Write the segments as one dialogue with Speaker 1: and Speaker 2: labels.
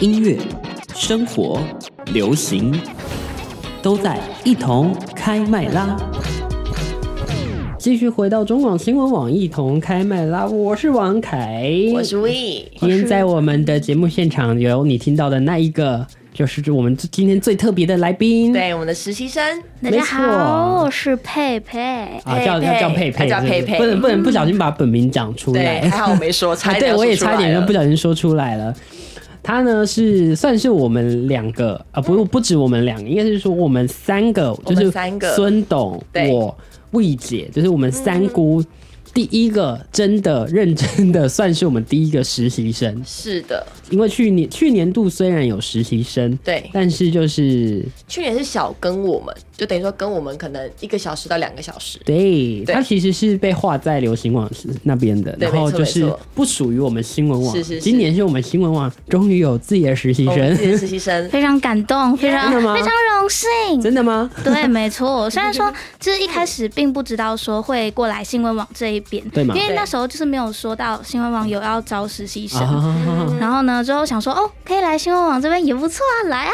Speaker 1: 音乐、生活、流行，都在一同开麦啦！继续回到中广新闻网一同开麦啦，我是王凯，
Speaker 2: 我是 We。
Speaker 1: 今天在我们的节目现场有你听到的那一个，就是我们今天最特别的来宾，
Speaker 2: 对，我们的实习生。
Speaker 3: 大家好，我是佩佩。哎
Speaker 1: 啊，叫要叫佩佩，
Speaker 2: 要叫佩佩
Speaker 1: 是不是不能不能不小心把本名讲出
Speaker 2: 对，
Speaker 1: 来
Speaker 2: 还。好我 没说，差
Speaker 1: 啊
Speaker 2: 一
Speaker 1: 对
Speaker 2: 点要
Speaker 1: 我
Speaker 2: 说
Speaker 1: 也
Speaker 2: 出
Speaker 1: 差一
Speaker 2: 来
Speaker 1: 点就
Speaker 2: 了
Speaker 1: 不小心说出来了。他呢是算是我们两个啊，不不止我们两个，应该是说我们三个，
Speaker 2: 嗯我
Speaker 1: 就
Speaker 2: 们
Speaker 1: 是
Speaker 2: 三个
Speaker 1: 孙董、
Speaker 2: 对嗯
Speaker 1: 我、魏姐，就是我们三姑。第一个真的认真的算是我们第一个实习生，
Speaker 2: 是的，
Speaker 1: 因为去年去年度虽然有实习生，
Speaker 2: 对。
Speaker 1: 但是就是
Speaker 2: 去年是小跟我们，就等于说跟我们可能一个小时到两个小时。
Speaker 1: 对，
Speaker 2: 对
Speaker 1: 它其实是被划在流行网那边的，
Speaker 2: 对
Speaker 1: 然后
Speaker 2: 没错
Speaker 1: 就
Speaker 2: 没
Speaker 1: 是
Speaker 2: 错
Speaker 1: 不属于我们新闻网。
Speaker 2: 是是是
Speaker 1: 今年是我们新闻网终于有自己的实习
Speaker 2: 我们
Speaker 1: 生
Speaker 2: 自，己哦的实习生，
Speaker 3: 非常感动，非常
Speaker 1: 真的吗
Speaker 3: 非常荣幸。
Speaker 1: 真的 吗？
Speaker 3: 对，没错。虽然说就是一开始并不知道说会过来新闻网这一边，
Speaker 1: 对嘛
Speaker 3: 因为
Speaker 2: 对
Speaker 3: 那时候就是没有说到新闻网有要招实习生，
Speaker 1: 啊，
Speaker 3: 然后呢之后想说哦，可以来新闻网这边也不错啊，来啊。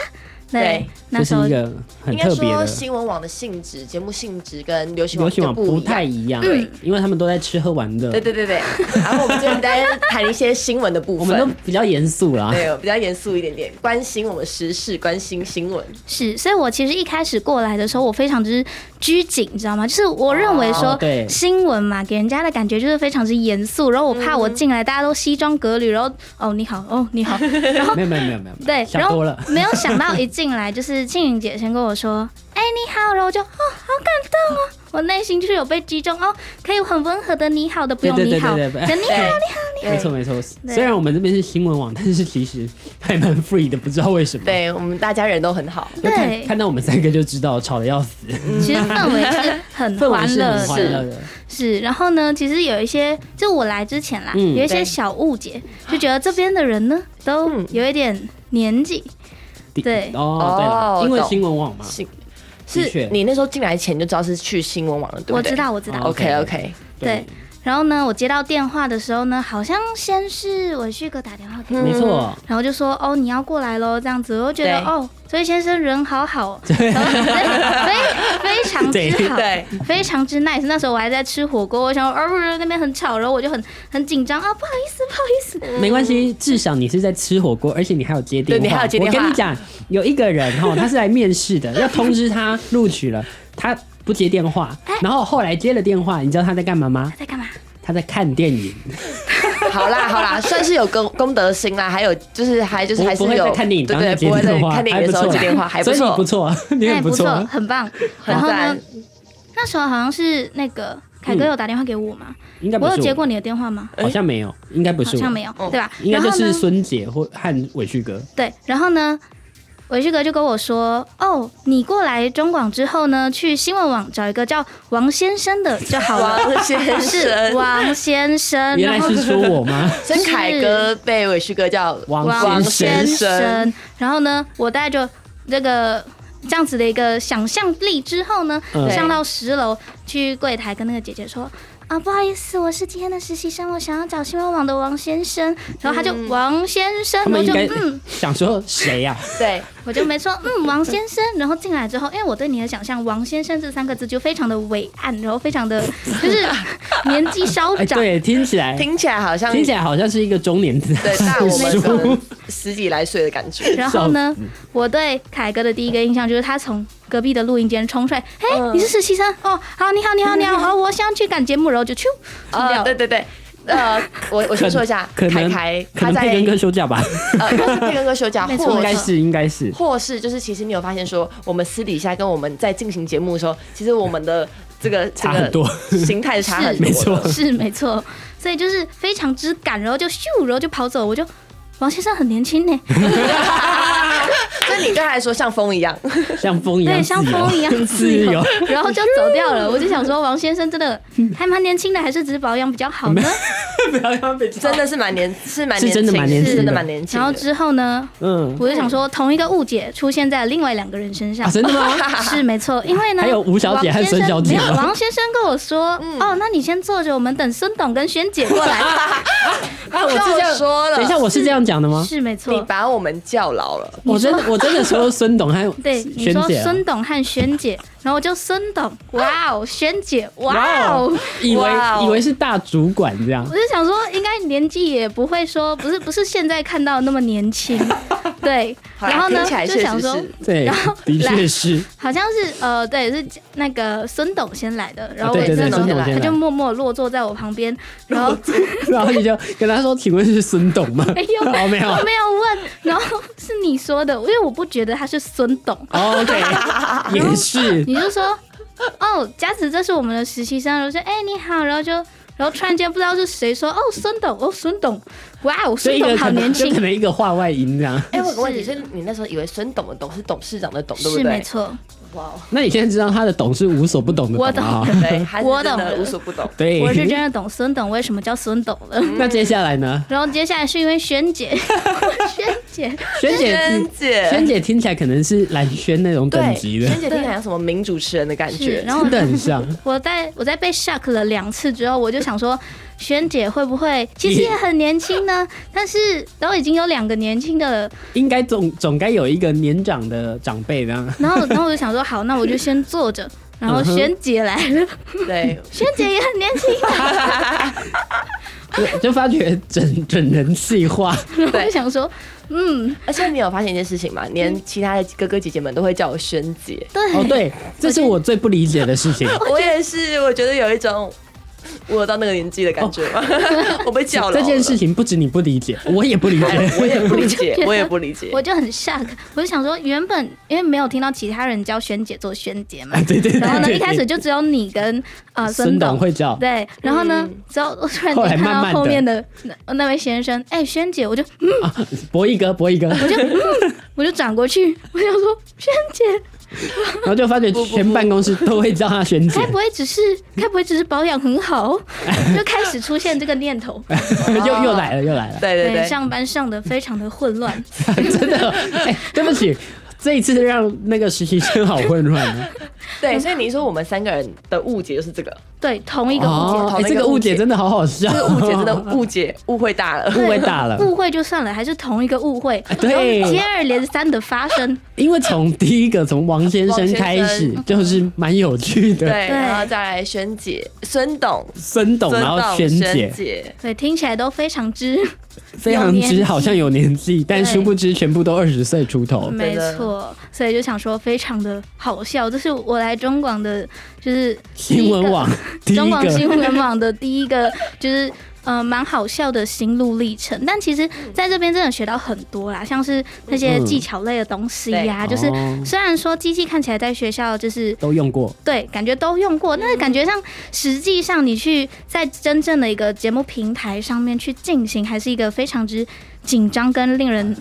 Speaker 2: 对
Speaker 3: 那
Speaker 1: 这
Speaker 3: 时
Speaker 1: 是
Speaker 3: 候
Speaker 1: 一个 很
Speaker 2: 应该
Speaker 1: 特别
Speaker 2: 说
Speaker 1: 的。
Speaker 2: 新闻网的性质、节目性质跟流行
Speaker 1: 流
Speaker 2: 网
Speaker 1: 行
Speaker 2: 就
Speaker 1: 网不
Speaker 2: 一
Speaker 1: 太
Speaker 2: 样。
Speaker 1: 一样
Speaker 3: 嗯，
Speaker 1: 因为他们都在吃喝玩乐
Speaker 2: 对，对对对，然后我们今天在谈一些新闻的部
Speaker 1: 我们都
Speaker 2: 分，
Speaker 1: 比较严肃啦。
Speaker 2: 对，比较严肃一点点，关心我们时事，关心新闻。
Speaker 3: 是，所以我其实一开始过来的时候，我非常之拘谨，你知道吗？就是我认为
Speaker 1: 哦
Speaker 3: 说
Speaker 1: 对
Speaker 3: 新闻嘛，给人家的感觉就是非常之严肃，然后我怕我进来大家都西装革履，然后哦你好，哦你好，然 后
Speaker 1: 没有没有没有没有，
Speaker 3: 对，然
Speaker 1: 想
Speaker 3: 后
Speaker 1: 多了。
Speaker 3: 没有想 到一进来就是庆颖姐先跟我说，哎、你好，然后我就哦好感动哦，我内心就是有被击中哦，可以很温和的你好的，不用
Speaker 1: 对对
Speaker 3: 你好，
Speaker 1: 对对对
Speaker 3: 可你 好
Speaker 1: 没错没错，虽然我们这边是新闻网，但 是其实还蛮 free 的，不知道为什么。
Speaker 2: 对我们大家人都很好，
Speaker 1: 就看
Speaker 3: 对
Speaker 1: 看到我们三个就知道吵得要死，
Speaker 3: 其实氛围是 很
Speaker 1: 氛围
Speaker 3: 欢
Speaker 1: 是
Speaker 3: 乐
Speaker 1: 很
Speaker 3: 的，
Speaker 1: 欢乐的。
Speaker 3: 是，然后呢，其实有一些，就我来之前啦，
Speaker 1: 嗯
Speaker 3: 有一些
Speaker 2: 对
Speaker 3: 小误解，就觉得这边的人呢，都
Speaker 2: 嗯
Speaker 3: 有一点年纪，对
Speaker 1: 哦，对了，
Speaker 2: 哦
Speaker 1: 因为
Speaker 2: 懂
Speaker 1: 新闻网嘛，
Speaker 2: 是
Speaker 1: 的确
Speaker 2: 是你那时候进来前就知道是去新闻网了，对不对？
Speaker 3: 我知。道，我知道。
Speaker 1: 哦
Speaker 2: OK OK，
Speaker 3: 对，然后呢，我接到电话的时候呢，好像先是文旭哥打电话给我，
Speaker 1: 没错，
Speaker 3: 然后就说哦，你要过来喽，这样子，我就觉得
Speaker 2: 对
Speaker 3: 哦，所以先生人好好哦，然后非非常
Speaker 1: 对
Speaker 3: 之好，
Speaker 2: 对，
Speaker 3: 非常之 nice。那时候我还在吃火锅，我想说，哦，不是那边很吵，然后我就很很紧张啊，不好意思，不好意思。
Speaker 1: 没关系，至少你是在吃火锅，而且你还有接电话。
Speaker 2: 对你还有接电话
Speaker 1: 我跟你讲，有一个人 哈，他是来面试的，要通知他录取了，他不接电话，
Speaker 2: 哎
Speaker 1: 然后后来接了电话，你知道他在干嘛吗？
Speaker 3: 在干嘛？
Speaker 1: 他在看电影，
Speaker 2: 好啦好 啦，算是有公公德心啦，还有就是还就是
Speaker 1: 不
Speaker 2: 还是
Speaker 1: 不会
Speaker 2: 有
Speaker 1: 在看电影
Speaker 2: 对
Speaker 1: 当
Speaker 2: 对，
Speaker 1: 中接
Speaker 2: 不会在
Speaker 1: 电话，
Speaker 2: 看电
Speaker 1: 还
Speaker 2: 影
Speaker 1: 不
Speaker 2: 的时
Speaker 1: 错
Speaker 2: 候
Speaker 1: 啊
Speaker 2: 接电话，还不
Speaker 1: 所以你
Speaker 2: 错
Speaker 1: 不，错，啊 你
Speaker 3: 哎，
Speaker 1: 很不错，
Speaker 3: 很棒。
Speaker 2: 很
Speaker 3: 然后呢
Speaker 2: 赞，
Speaker 3: 那时候好像是那个凯哥有打电话给我嘛，
Speaker 1: 嗯应该不
Speaker 3: 我
Speaker 1: 是
Speaker 3: 有接过你的电话吗？
Speaker 1: 好像没有，应该不是
Speaker 3: 好
Speaker 1: 我，
Speaker 3: 像没有，
Speaker 2: 哦
Speaker 3: 对吧？
Speaker 1: 应该
Speaker 3: 然
Speaker 1: 就
Speaker 3: 后
Speaker 1: 是
Speaker 3: 呢？
Speaker 1: 孙姐或和委旭哥，
Speaker 3: 对，然后呢？韦旭哥就跟我说：“哦，你过来中广之后呢，去新闻网找一个叫王先生的就好了。
Speaker 2: 王先
Speaker 3: 是
Speaker 2: 生，
Speaker 3: 王先生，
Speaker 1: 原来
Speaker 3: 嗯然后
Speaker 1: 是说我吗？
Speaker 2: 所以凯哥被委屈哥叫
Speaker 1: 王
Speaker 3: 王
Speaker 1: 先
Speaker 3: 先
Speaker 2: 生，
Speaker 3: 生。然后呢，我大概就这个这样子的一个想象力之后呢，
Speaker 1: 嗯
Speaker 3: 上到十楼去柜台跟那个姐姐说。啊，不好意思，我是今天的实习生，我想要找新闻网的王先生，然后他就、王先生，
Speaker 1: 嗯他
Speaker 3: 然后
Speaker 1: 们
Speaker 3: 就
Speaker 1: 应该
Speaker 3: 嗯，
Speaker 1: 想说谁啊呀？
Speaker 2: 对，
Speaker 3: 我就没说嗯，王先生，然后进来之后，因为我对你的想象，王先生这三个字就非常的伟岸，然后非常的 就是年纪稍
Speaker 1: 哎，
Speaker 3: 长，
Speaker 1: 对，听起来
Speaker 2: 听起来好像
Speaker 1: 听起来好像是一个中年大
Speaker 2: 对大我们
Speaker 1: 叔
Speaker 2: 可能十几来岁的感觉，
Speaker 3: 然后呢，我对凯哥的第一个印象就是他从隔壁的录音间冲出来，嘿，你是实习生哦，好，你好，你好，你好，好，我想去赶节目，然后就去
Speaker 2: 呃，
Speaker 3: 掉
Speaker 2: 对对对。呃，我我先说一下，
Speaker 1: 可
Speaker 2: 凯
Speaker 1: 能
Speaker 2: 凯
Speaker 1: 可
Speaker 2: 他
Speaker 1: 能
Speaker 2: 在
Speaker 1: 佩根哥休假吧，
Speaker 2: 呃，他是佩根哥休假，
Speaker 3: 没错
Speaker 2: 或
Speaker 1: 应该是应该是。
Speaker 2: 或是就是，其实你有发现说，我们私底下跟我们在进行节目的时候，其实我们的这个这
Speaker 1: 差
Speaker 2: 个
Speaker 1: 很多
Speaker 2: 形态差很
Speaker 3: 是
Speaker 2: 多，
Speaker 1: 没错
Speaker 3: 是没错，所以就是非常之赶，然后就咻，然后就跑走，我就。王先生很年轻呢，
Speaker 2: 所以你刚才说像风一样，
Speaker 1: 像风一样
Speaker 3: 对，
Speaker 1: 自由，
Speaker 3: 像风一样
Speaker 1: 自
Speaker 3: 自
Speaker 1: 由
Speaker 3: 由，，然后就走掉了。我就想说，王先生真的还蛮年轻的，还是只是保养比较好呢？
Speaker 1: 不要让他被
Speaker 2: 真的是蛮年，是蛮
Speaker 1: 是
Speaker 2: 年
Speaker 1: 真的
Speaker 2: 轻
Speaker 1: 蛮年
Speaker 2: 是
Speaker 3: 轻
Speaker 2: 真的
Speaker 3: 的
Speaker 2: 蛮年轻
Speaker 3: 然后
Speaker 2: 的。
Speaker 3: 之后呢，
Speaker 1: 嗯
Speaker 3: 我就想说，同一个误解出现在另外两个人身上
Speaker 1: 啊，，真的 吗？
Speaker 3: 是没错，因为呢，
Speaker 1: 还有吴小姐和孙小姐
Speaker 3: 王先生没
Speaker 1: 吗
Speaker 3: 有王先生跟我说，
Speaker 2: 嗯
Speaker 3: 哦，那你先坐着，我们等孙董跟轩姐 过来。
Speaker 1: 啊，我是这
Speaker 2: 哎就
Speaker 1: 样
Speaker 2: 说了
Speaker 1: 等一下，我是这样讲的吗？
Speaker 3: 是没
Speaker 2: 你
Speaker 3: 错，
Speaker 2: 把我们叫老了，
Speaker 1: 我真的我真的说孙董还有
Speaker 3: 对，你
Speaker 1: 璇
Speaker 3: 说
Speaker 1: 姐啊，
Speaker 3: 孙董和轩姐，然后我就孙董，哇哦，轩姐，哇
Speaker 1: 哇
Speaker 3: 哦
Speaker 1: 哦。以为
Speaker 2: 哇哦
Speaker 1: 以为是大主管这样
Speaker 3: 我。就想说，应该年纪也不会说，不是不是现在看到那么 年轻，对。
Speaker 2: 好啦
Speaker 3: 然后呢
Speaker 2: 听起来，
Speaker 3: 就
Speaker 2: 确
Speaker 3: 想
Speaker 2: 实
Speaker 3: 说，
Speaker 2: 是
Speaker 1: 对
Speaker 3: 然后，
Speaker 1: 的
Speaker 3: 来
Speaker 1: 确 是。
Speaker 3: 好像是呃，对，是那个孙董先来的，然后
Speaker 1: 啊
Speaker 3: 我
Speaker 1: 对对
Speaker 3: 也
Speaker 1: 对，
Speaker 3: 是
Speaker 1: 孙
Speaker 2: 先
Speaker 1: 董
Speaker 2: 来
Speaker 1: 先
Speaker 3: 他就
Speaker 1: 来，
Speaker 3: 默默落坐在我旁边，然后
Speaker 1: 然后你就跟他说：“请问是孙董吗？”
Speaker 3: 哎没有
Speaker 1: 哦，没有
Speaker 3: 我。没有问，然后是你说的，因为我不觉得他是孙董，
Speaker 1: 哦 OK，也 是。
Speaker 3: 你就说哦，佳子，这是我们的实习生，然后说哎、你好，然后就然后突然间不知道是谁说哦孙董哦孙董，哇哦
Speaker 1: 所以
Speaker 3: 孙
Speaker 1: 一个
Speaker 3: 董好
Speaker 1: 可
Speaker 3: 年
Speaker 1: 能就
Speaker 3: 轻
Speaker 1: 可，能一个话外音这样。
Speaker 2: 哎，我有个问题
Speaker 3: 是
Speaker 2: 是，你那时候以为孙董的董是董事长的董，对不
Speaker 3: 是没
Speaker 2: 对？
Speaker 3: 错，
Speaker 2: 哇哦，
Speaker 1: 那你现在知道他的懂是无所不懂的
Speaker 3: 我
Speaker 1: 懂 啊？
Speaker 2: 对，还是
Speaker 3: 我
Speaker 2: 真
Speaker 3: 懂
Speaker 2: 的
Speaker 3: 了
Speaker 2: 无所不懂。
Speaker 1: 对。
Speaker 3: 我是真的懂孙董为什么叫孙董了。
Speaker 1: 那接下来呢？
Speaker 3: 然后接下来是因为萱 姐，萱姐，
Speaker 1: 萱姐，
Speaker 2: 萱姐，
Speaker 1: 萱姐听起来可能是蓝轩那种等
Speaker 2: 对，
Speaker 1: 级的
Speaker 2: 萱，姐听起来像什么名主持人的感
Speaker 3: 是，
Speaker 2: 觉。
Speaker 3: 然后
Speaker 1: 真的很像。
Speaker 3: 我在我在被 shock 了两次之后，我就想说，萱姐会不会其实也很年 轻呢？但是然后已经有两个年轻的了，
Speaker 1: 应该总总该有一个年长的长辈这样。
Speaker 3: 然后然后我就想说，好，那我就先坐着。然后
Speaker 1: 嗯哼
Speaker 3: 萱姐来了，
Speaker 2: 对，
Speaker 3: 萱姐也很年轻，啊
Speaker 1: 对， 就发觉整整人气化，
Speaker 3: 然后我就想说，嗯，
Speaker 2: 而且你有发现一件事情吗？连其他的哥哥姐姐们都会叫我萱姐，
Speaker 3: 对，
Speaker 1: 哦，对，这是我最不理解的事情。
Speaker 2: 我也是，我觉得有一种我有到那个年纪的感觉吗？ 我被叫了
Speaker 1: 这件事，情不止你不理解，我也不理解。
Speaker 2: 我也不理解
Speaker 3: 觉，得
Speaker 2: 我也不理解
Speaker 3: 我。就很 shock，我就想说，原本因为没有听到其他人叫萱姐做萱姐嘛
Speaker 1: 啊，， 对对对
Speaker 3: 然后呢，
Speaker 1: 对
Speaker 3: 一开始
Speaker 1: 对
Speaker 3: 就只有你跟呃
Speaker 1: 孙董会叫，
Speaker 3: 对，然后呢
Speaker 2: 嗯，
Speaker 3: 之后我突然
Speaker 1: 后来
Speaker 3: 间看
Speaker 1: 慢慢
Speaker 3: 到
Speaker 1: 地
Speaker 3: 后面的那那位先生，哎，萱姐，我就
Speaker 1: 博一哥，博一哥，然
Speaker 3: 嗯我就转过去，我想说，萱姐，
Speaker 1: 后就发觉全办公室都会叫他萱姐
Speaker 3: 该，不会只是该不会只是保养很好，就开始出现这个念头。
Speaker 1: 又又来了，又来了，
Speaker 2: 对对对，
Speaker 3: 上班上的非常的混乱，
Speaker 1: 真的，哎，对不起。这一次让那个实习生好混乱啊
Speaker 2: 对，所以你说我们三个人的误解就是这 个，
Speaker 3: 对，同一个误解。
Speaker 1: 哦！哎，这个误解真的好好笑，
Speaker 2: 这个误解 真的误解误会大 了。
Speaker 1: 误会大了，啊
Speaker 3: 误会就算了，还是同一个误会，然后
Speaker 1: 对
Speaker 3: 接二连三的发生，
Speaker 1: 因为从第一个从王先生开
Speaker 2: 王
Speaker 1: 始
Speaker 2: 先
Speaker 1: 就是蛮有趣的，
Speaker 2: 对，然后再来萱姐、孙董、
Speaker 1: 孙董
Speaker 2: 孙
Speaker 1: 然后
Speaker 2: 董、
Speaker 1: 萱姐
Speaker 2: 萱，姐，
Speaker 3: 对，听起来都非常之，
Speaker 1: 非常
Speaker 3: 有年
Speaker 1: 之
Speaker 3: 纪
Speaker 1: 好像有年纪，但
Speaker 3: 对
Speaker 1: 殊不知全部都二十岁出
Speaker 2: 哦
Speaker 1: 头。
Speaker 2: 嗯
Speaker 3: 没错，所以就想说非常的好笑，这是我来中广的，就是第一
Speaker 1: 新
Speaker 3: 个
Speaker 1: 闻 网第
Speaker 3: 中
Speaker 1: 一
Speaker 3: 广新
Speaker 1: 个，
Speaker 3: 闻网的第一个 就是。呃，蛮好笑的心路历程，但其实在这边真的学到很多啦，像是那些
Speaker 1: 嗯
Speaker 3: 技巧类的东西呀、
Speaker 1: 对
Speaker 3: 就是
Speaker 1: 哦
Speaker 3: 虽然说机器看起来在学校就是
Speaker 1: 都用过，
Speaker 3: 对，感觉都用
Speaker 1: 嗯
Speaker 3: 过，但是感觉上实际上你去在真正的一个节目平台上面去进行，还是一个非常之紧张跟令人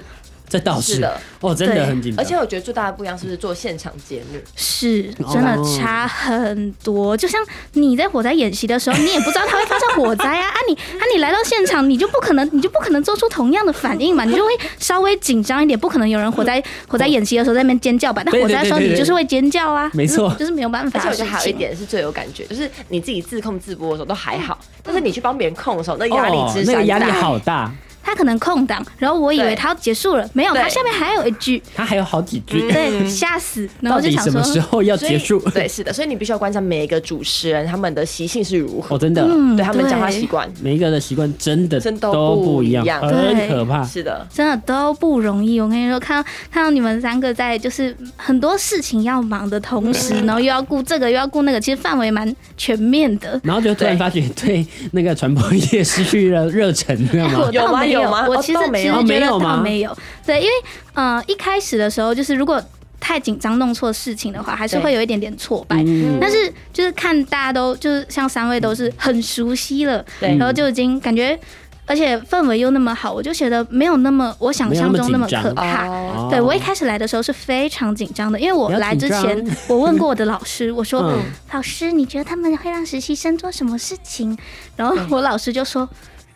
Speaker 1: 这倒
Speaker 2: 是
Speaker 1: 是
Speaker 2: 的，
Speaker 1: 哦，真的
Speaker 3: 对
Speaker 1: 很紧张。
Speaker 2: 而且我觉得最大的不一样是不是做现场节目？
Speaker 3: 是真的
Speaker 1: 哦
Speaker 3: 差很多。就像你在火灾演习的时候，你也不知道它会发生火灾啊 啊你啊你来到现场，你就不可能你就不可能做出同样的反 应嘛，你就会稍微紧张一点，不可能有人火灾火灾演习的时候在那边尖叫吧？但
Speaker 1: 对对
Speaker 3: 火灾的时候
Speaker 1: 对对
Speaker 3: 你
Speaker 1: 对
Speaker 3: 就是会尖叫啊，
Speaker 1: 没错
Speaker 3: 就是就是没有办
Speaker 2: 而
Speaker 3: 法
Speaker 2: 且
Speaker 3: 的
Speaker 2: 我
Speaker 3: 事
Speaker 2: 觉
Speaker 3: 情。
Speaker 2: 得还有一点是最有感觉，就是你自己自控自播的时候都还好，但是你去帮别人控的时候，那压力之
Speaker 1: 嗯哦，
Speaker 2: 山
Speaker 1: 那
Speaker 2: 大。
Speaker 1: 个压力好大，
Speaker 3: 他可能空档，然后我以
Speaker 2: 对
Speaker 3: 为他要结束了，没有，
Speaker 2: 对
Speaker 3: 他下面还有一句，
Speaker 1: 他还有好几
Speaker 2: 嗯
Speaker 1: 句，
Speaker 3: 对，吓死，然
Speaker 1: 到
Speaker 3: 后就
Speaker 1: 底
Speaker 3: 想
Speaker 1: 什么时
Speaker 3: 说，
Speaker 1: 候要
Speaker 2: 所
Speaker 1: 结
Speaker 2: 以
Speaker 1: 束？
Speaker 2: 对，是的，所以你必须要观察每一个主持人他们的习性是如何，
Speaker 1: 哦，真的，
Speaker 3: 嗯
Speaker 2: 对他们讲话习
Speaker 3: 对
Speaker 2: 惯，
Speaker 1: 每一个的习惯真的
Speaker 2: 真的
Speaker 1: 都不一样
Speaker 2: 不一，样
Speaker 1: 很
Speaker 3: 对
Speaker 1: 可怕。
Speaker 2: 是的，
Speaker 3: 真的都不容易。我跟你说，看到看到你们三个在就是很多事情要忙的同时，然后又要顾这个又要顾那个，其实范围蛮全面的。
Speaker 1: 然后就突然
Speaker 2: 对
Speaker 1: 发觉对那个传播业失去了热忱，你知道吗
Speaker 3: 我？
Speaker 2: 有
Speaker 3: 倒
Speaker 2: 吗
Speaker 3: 没
Speaker 2: 有吗
Speaker 3: 我
Speaker 2: 哦
Speaker 3: 其实
Speaker 2: 倒没
Speaker 3: 其
Speaker 2: 有
Speaker 3: 实觉
Speaker 1: 没
Speaker 3: 得
Speaker 1: 有吗
Speaker 3: 倒没有，对，因为呃一开始的时候，就是如果太紧张弄错事情的话，还是
Speaker 2: 对
Speaker 3: 会有一点点挫败。
Speaker 1: 嗯，
Speaker 3: 但是就是看大家都就是像三位都是很熟悉了，
Speaker 2: 对
Speaker 3: 然后就已经感觉，而且氛围又那么好，我就觉得没有那么我想象中那么可
Speaker 1: 啊
Speaker 3: 怕。
Speaker 2: 哦，
Speaker 3: 对，我一开始来的时候是非常紧张的，因为我来之
Speaker 1: 不要
Speaker 3: 前
Speaker 1: 紧，
Speaker 3: 我问过我的老师，我说：“
Speaker 1: 嗯嗯
Speaker 3: 老师，你觉得他们会让实习生做什么事情？”然后我老师就说：“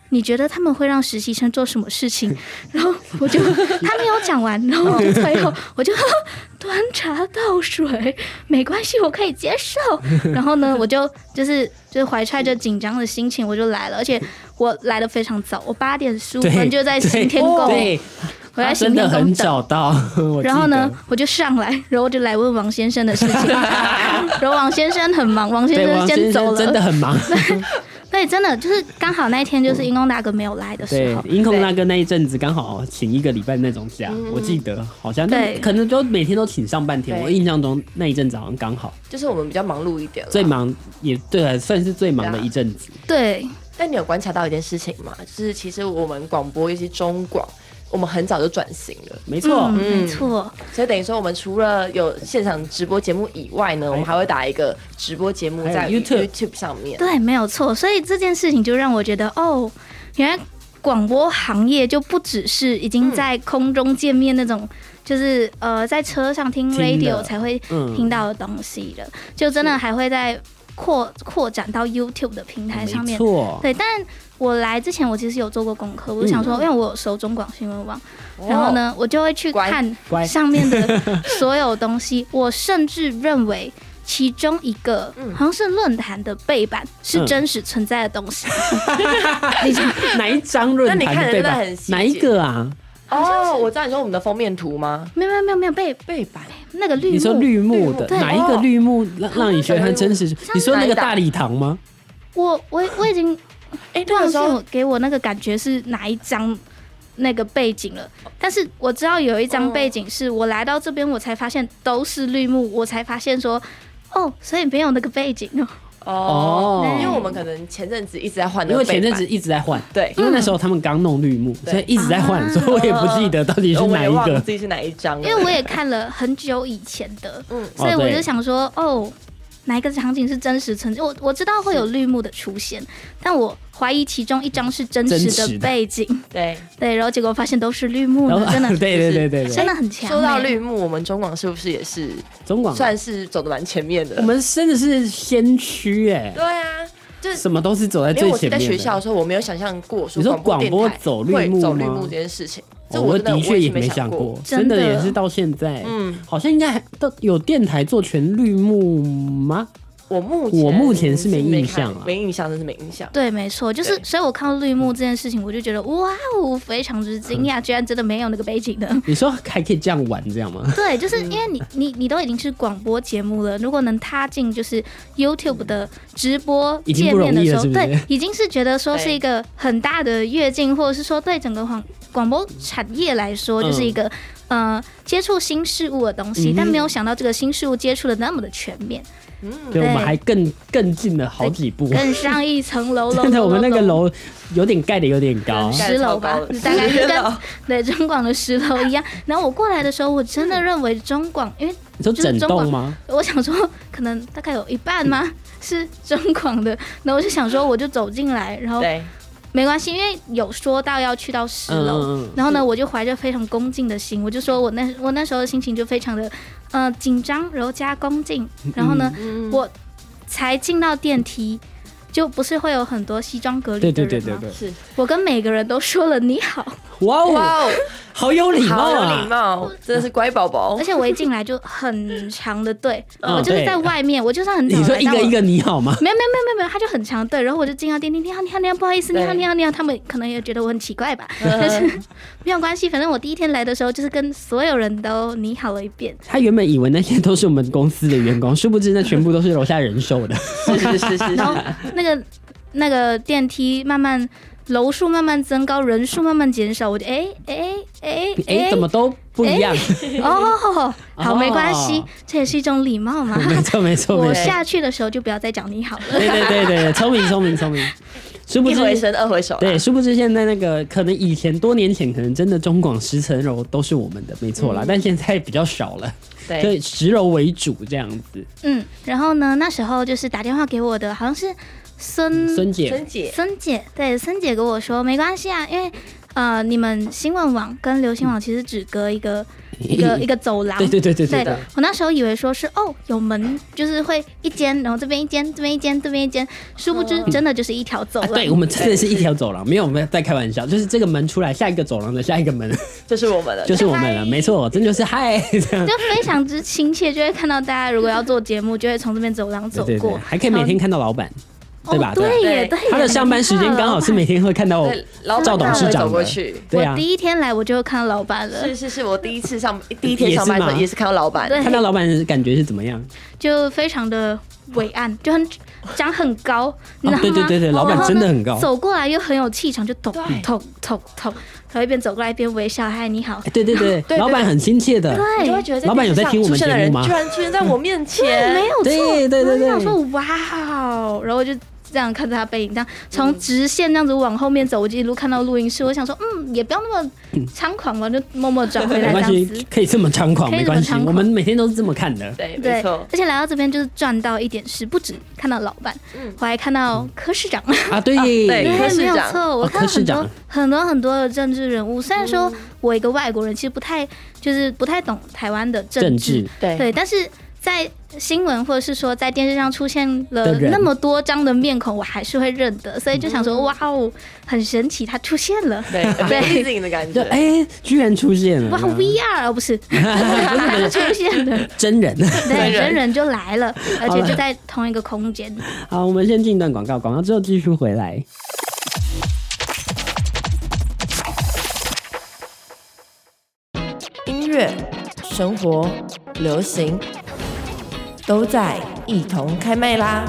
Speaker 3: 你觉得他们会让实习生做什么事情？然后 我就他没有讲完，然后我
Speaker 1: 嗯
Speaker 3: 就最后我就端茶倒水，没关系，我可以接 受。然后呢，我就就是就是怀揣着紧张的心情，我就来了，而且我来的非常早，我八点十五
Speaker 1: 对
Speaker 3: 分就在
Speaker 1: 对
Speaker 3: 行天宫，
Speaker 1: 对，
Speaker 3: 我在
Speaker 1: 他
Speaker 3: 行
Speaker 1: 真的
Speaker 3: 天
Speaker 1: 很
Speaker 3: 宫等。
Speaker 1: 早到。我记
Speaker 3: 然后呢
Speaker 1: 得，，
Speaker 3: 我就上来，然后我就来问王先生的事 情。然后王先生很忙，王先
Speaker 1: 对，
Speaker 3: 生
Speaker 1: 王先
Speaker 3: 先走
Speaker 1: 生
Speaker 3: 了。
Speaker 1: 真的很忙。
Speaker 3: 对，真的就是刚好那一天就是英公大哥没有来的时
Speaker 1: 对
Speaker 3: 候，，
Speaker 1: 音控大哥那一阵子刚好请一个礼拜那种假，我记得好像那
Speaker 3: 对
Speaker 1: 可能就每天都请上半天。
Speaker 2: 对
Speaker 1: 我印象中那一阵子好像刚好
Speaker 2: 就是我们比较忙碌一点了。
Speaker 1: 最忙，也对，算是最忙的
Speaker 2: 对啊
Speaker 1: 一阵子。
Speaker 3: 对
Speaker 2: 但你有观察到一件事情吗？就是其实我们广播，尤其中广，我们很早就转型了，
Speaker 1: 没错
Speaker 3: 嗯，，没错，
Speaker 2: 所以等于说我们除了有现场直播节目以外呢，我们还会打一个直播节目
Speaker 1: 还
Speaker 2: 在
Speaker 1: 有 YouTube
Speaker 2: YouTube 上面。
Speaker 3: 对，没有错。所以这件事情就让我觉得，哦，原来广播行业就不只是已经
Speaker 1: 嗯
Speaker 3: 在空中见面那种，就是呃在车上听
Speaker 1: 听的
Speaker 3: radio 才会
Speaker 1: 嗯
Speaker 3: 听到的东西了，就真的还会在扩扩展到 YouTube 的平台上
Speaker 1: 没
Speaker 3: 面。
Speaker 1: 错，
Speaker 3: 对，但我来之前我其实有做过功课，我就想说，因为我有熟中广新闻网，
Speaker 2: 哦
Speaker 3: 然后？呢，我就会去
Speaker 2: 乖
Speaker 3: 看
Speaker 1: 乖
Speaker 3: 上面的所有东西。我甚至认为其中一个
Speaker 2: 嗯
Speaker 3: 好像是论坛的背板是真实存在的东西，
Speaker 1: 哪一张论
Speaker 2: 那你看
Speaker 1: 坛
Speaker 2: 得
Speaker 1: 对
Speaker 2: 真的
Speaker 1: 吧
Speaker 2: 很细？节
Speaker 1: 哪一个啊？
Speaker 2: 哦，我知道你说我们的封面图吗？
Speaker 3: 没有没有没有没有背
Speaker 2: 背板
Speaker 3: 那个绿幕，
Speaker 1: 你说绿幕的
Speaker 2: 绿幕
Speaker 1: 哪一个绿幕让让你觉得它真实？你说那个大礼堂吗？
Speaker 3: 我我我已经
Speaker 2: 哎，那
Speaker 3: 忘
Speaker 2: 个
Speaker 3: 记
Speaker 2: 时候
Speaker 3: 我给我那个感觉是哪一张。那个背景了，但是我知道有一
Speaker 2: 哦
Speaker 3: 张背景是我来到这边，我才发现都是绿幕，我才发现说，哦，所以没有那个背景哦。
Speaker 2: 哦
Speaker 1: 哦，
Speaker 2: 因为我们可能前阵子一直在换
Speaker 1: 因
Speaker 2: 那个
Speaker 1: 为
Speaker 2: 背
Speaker 1: 前
Speaker 2: 板，
Speaker 1: 阵子一直在换，
Speaker 2: 对，
Speaker 1: 因为那时候他们刚弄绿幕，
Speaker 2: 对哦
Speaker 1: 所以一直在换，
Speaker 3: 啊
Speaker 1: 所以我也不记得到底是
Speaker 2: 我们
Speaker 1: 哪
Speaker 2: 也
Speaker 1: 一
Speaker 2: 忘了
Speaker 1: 个。
Speaker 2: 自己是哪一张了，
Speaker 3: 因为我也看了很久以前的，
Speaker 2: 嗯
Speaker 3: 所以
Speaker 1: 哦
Speaker 3: 我
Speaker 1: 对
Speaker 3: 就想说，哦，哪一个场景是真实存在？我我知道会有绿幕的出现，但我怀疑其中一张是真
Speaker 1: 真
Speaker 3: 实
Speaker 1: 实的
Speaker 3: 的背景，
Speaker 2: 对。
Speaker 3: 对，然后结果发现都是绿幕
Speaker 1: 然后
Speaker 3: 呢，真的
Speaker 1: 对对对对
Speaker 3: 真
Speaker 1: 对，
Speaker 3: 的很强、欸。
Speaker 2: 说到绿幕，我们中广是不是也是
Speaker 1: 中广啊
Speaker 2: 算是走的蛮前面的？
Speaker 1: 我们真的是先驱哎
Speaker 2: 对，啊，就是
Speaker 1: 什么都是走在
Speaker 2: 因
Speaker 1: 最
Speaker 2: 为我是
Speaker 1: 前
Speaker 2: 在
Speaker 1: 面的。
Speaker 2: 学校的时候，我没有想象过
Speaker 1: 你
Speaker 2: 说
Speaker 1: 说
Speaker 2: 广
Speaker 1: 广播
Speaker 2: 电台
Speaker 1: 走绿幕
Speaker 2: 会走绿
Speaker 1: 吗
Speaker 2: 幕这件事情，
Speaker 1: 哦
Speaker 2: 这
Speaker 1: 我
Speaker 2: 真的
Speaker 1: 的确也
Speaker 2: 没
Speaker 1: 没想
Speaker 2: 过。，
Speaker 1: 真的
Speaker 3: 真的
Speaker 1: 也是到现在，
Speaker 2: 嗯
Speaker 1: 好像应该还到有电台做全绿幕吗？
Speaker 2: 我目前
Speaker 1: 我目前是没
Speaker 2: 没
Speaker 1: 印象啊
Speaker 2: 看没印象，真是没印象。
Speaker 3: 对，没错，就是，
Speaker 2: 对
Speaker 3: 所以我看到绿幕这件事情，我就觉得哇哦，非常之惊
Speaker 1: 嗯
Speaker 3: 讶，居然真的没有那个背景的。
Speaker 1: 你说还可以这样玩这样吗？
Speaker 3: 对，就是
Speaker 1: 嗯
Speaker 3: 因为你你你都已经是广播节目了，如果能踏进就是 YouTube 的直播
Speaker 1: 已经
Speaker 3: 界
Speaker 1: 不容
Speaker 3: 面的
Speaker 1: 易了
Speaker 3: 时候，
Speaker 1: 是不是
Speaker 3: 对，已经是觉得说是
Speaker 2: 对
Speaker 3: 一个很大的跃进，或者是说对整个广广播产业来说，
Speaker 1: 嗯
Speaker 3: 就是一个、呃接触新事物的东西，但没有想到这个新事物接触的那么的全面，
Speaker 1: 对，我们
Speaker 3: 对
Speaker 1: 还更更进了好几步。
Speaker 3: 更上一层楼楼。
Speaker 1: 真的，我们那个
Speaker 3: 楼。
Speaker 1: 楼有点盖的有点高，
Speaker 3: 是十楼吧大概
Speaker 2: 是
Speaker 3: 是跟对中广的十楼一样，然后我过来的时候，我真
Speaker 1: 嗯
Speaker 3: 的认为中广，因为
Speaker 1: 你说整栋吗？
Speaker 3: 我想说，可能大概有一半吗
Speaker 1: 嗯
Speaker 3: 是中广的，然后我就想说，我就走进来，然后
Speaker 2: 对，
Speaker 3: 没关系，因为有说到要去到十
Speaker 1: 嗯
Speaker 3: 楼，
Speaker 1: 嗯嗯，
Speaker 3: 然后呢，我就怀着非常恭敬的心，我就说我那我那时候的心情就非常的呃紧张，然后加恭敬，然后呢，
Speaker 2: 嗯
Speaker 3: 我才进到电梯。就不是会有很多西装革履
Speaker 1: 对
Speaker 3: 的
Speaker 1: 对
Speaker 3: 人吗？
Speaker 1: 对对对，
Speaker 2: 是
Speaker 3: 我跟每个人都说了你好，
Speaker 1: 哇哦，
Speaker 2: 哇哦，
Speaker 1: 好有礼
Speaker 2: 好
Speaker 1: 貌
Speaker 2: 有礼
Speaker 1: 啊！
Speaker 2: 貌，真的是乖宝宝
Speaker 3: 而。且我一进来就很长的队，
Speaker 1: 嗯
Speaker 3: 我就是
Speaker 1: 对
Speaker 3: 在外面，我就算很早
Speaker 1: 你说
Speaker 3: 来，
Speaker 1: 一
Speaker 3: 但
Speaker 1: 个
Speaker 3: 我
Speaker 1: 一个你好吗？
Speaker 3: 没有没有没有没有没有，他就很长的队，然后我就进到电梯，你好你好你好，不好意思，
Speaker 2: 对
Speaker 3: 你好你好你好，他们可能也觉得我很奇怪吧，但 是
Speaker 2: 嗯
Speaker 3: 没有关系，反正我第一天来的时候就是跟所有人都你好了一遍，
Speaker 1: 他原本以为那些都是我们公司的员工，殊不知那全部都是楼下人收的。
Speaker 2: 是是是是，
Speaker 3: 然后那个那个电梯慢慢楼数慢慢增高，人数慢慢减少，我就哎哎哎
Speaker 1: 哎，怎么都不一样。
Speaker 3: 哦，
Speaker 1: 哦
Speaker 3: 好没关系，这也是一种礼貌 嘛。
Speaker 1: 没错没错
Speaker 3: 我
Speaker 1: 没错，
Speaker 3: 下去的时候就不要再讲你好了。
Speaker 1: 对对对对对，聪明聪明聪明。殊不
Speaker 2: 一回
Speaker 1: 知，
Speaker 2: 生二回熟啊。
Speaker 1: 对，殊不知现在那个可能以前多年前可能真的中广十层楼都是我们的，没错啦，但现在比较少了，所
Speaker 2: 对，
Speaker 1: 以十楼为主这样子。
Speaker 3: 嗯，然后呢，那时候就是打电话给我的，好像是孙
Speaker 1: 嗯孙姐，
Speaker 2: 孙姐
Speaker 3: 孙姐，对，孙姐跟我说没关系啊，因为呃，你们新闻网跟流行网其实只隔一 个、一个一个走廊。
Speaker 1: 对对对对
Speaker 3: 嗯对
Speaker 1: 对，
Speaker 3: 我那时候以为说是哦有门，就是会一间，然后这边一间，这边一间，这边一间，殊不知真的就是一条走
Speaker 1: 哦啊，
Speaker 3: 廊。
Speaker 1: 对我们真的是一条走廊，没有没有在开玩笑，就是这个门出来，下一个走廊的下一个门
Speaker 2: 就是我们的，
Speaker 1: 就是我们了，没错，真就是嗨这样。
Speaker 3: 就非常之亲切，就会看到大家如果要做节目，就会从这边走廊走
Speaker 1: 对对对，
Speaker 3: 过，
Speaker 1: 还可以每天看到老板，对吧？
Speaker 3: 哦、对耶，
Speaker 2: 对
Speaker 3: 对耶
Speaker 1: 他的上班时间刚好是 每天会看到
Speaker 2: 对，老板
Speaker 1: 赵董事
Speaker 2: 会
Speaker 1: 长
Speaker 2: 走过
Speaker 1: 的，
Speaker 2: 去。
Speaker 1: 对啊
Speaker 3: 我，第一天来我就看到老板了
Speaker 2: 是，是是，我第一次上第一天上班
Speaker 1: 也是
Speaker 2: 的时候
Speaker 1: 吗
Speaker 2: 也是看到老板，
Speaker 3: 对
Speaker 1: 看到老板的感觉是怎么样？啊
Speaker 3: 就非常的伟岸，就很长很高，你知道
Speaker 1: 啊
Speaker 3: 吗？
Speaker 1: 对对对对老板
Speaker 3: 然后呢
Speaker 1: 真的很高
Speaker 3: 走过来又很有气场，就捅
Speaker 2: 对
Speaker 3: 捅捅捅，他一边走过来一边微笑，嗨，你好，
Speaker 1: 哎，对对对，
Speaker 2: 对
Speaker 1: 老板很亲切的，
Speaker 2: 你就会
Speaker 3: 对，
Speaker 2: 觉得在
Speaker 1: 老板有在听
Speaker 2: 电视上
Speaker 1: 我们
Speaker 2: 出现
Speaker 1: 节目
Speaker 2: 的人
Speaker 1: 吗
Speaker 2: 居然出现在我面前，
Speaker 3: 哎没有错，
Speaker 1: 对对对对
Speaker 3: 我就想说哇哦，然后我就。这样看着他背影，这样从直线这样子往后面走，我就一路看到录音室。我想说，嗯，也不要那么猖狂吧，就默默转 回
Speaker 1: 没
Speaker 3: 来这
Speaker 1: 关
Speaker 3: 样
Speaker 1: 系
Speaker 3: 子。，
Speaker 1: 可以这么猖狂，
Speaker 3: 可以
Speaker 1: 没
Speaker 3: 这么
Speaker 1: 关系
Speaker 3: 猖，狂
Speaker 1: 我们每天都是这么看的。
Speaker 2: 对，
Speaker 3: 对，
Speaker 2: 没错
Speaker 3: 而，且来到这边就是赚到一点是，不止看到老板，
Speaker 2: 嗯
Speaker 3: 我还看到柯市长。
Speaker 1: 啊，对
Speaker 2: 啊对
Speaker 3: 哦对，
Speaker 2: 柯市
Speaker 3: 没有
Speaker 2: 长
Speaker 3: 错，我
Speaker 1: 哦
Speaker 3: 看到
Speaker 1: 柯市
Speaker 3: 很多、
Speaker 1: 长
Speaker 3: 很多很多的政治人物。虽然说
Speaker 1: 嗯
Speaker 3: 我一个外国人，其实不太就是不太懂台湾的政治，
Speaker 1: 政治，
Speaker 2: 对
Speaker 3: 对，但是在新闻或者是说在电视上出现了
Speaker 1: 的人嗯
Speaker 3: 那么多张的面孔，我还是会认得，所以就想说，哇哦，很神奇，他出现了，
Speaker 2: 对，amazing 的感
Speaker 1: 就
Speaker 2: 觉，
Speaker 1: 哎，居然出现了，
Speaker 3: 哇，VR 哦 不是， 他出现了，
Speaker 1: 真人。
Speaker 2: 真
Speaker 3: 对，
Speaker 2: 人
Speaker 3: 人人就来了，而
Speaker 1: 好
Speaker 3: 且
Speaker 1: 了
Speaker 3: 就在同一个空间。
Speaker 1: 好，我们先进一段广告，广告之后继续回来。
Speaker 2: 音乐、生活、流行，都在一同开麦啦！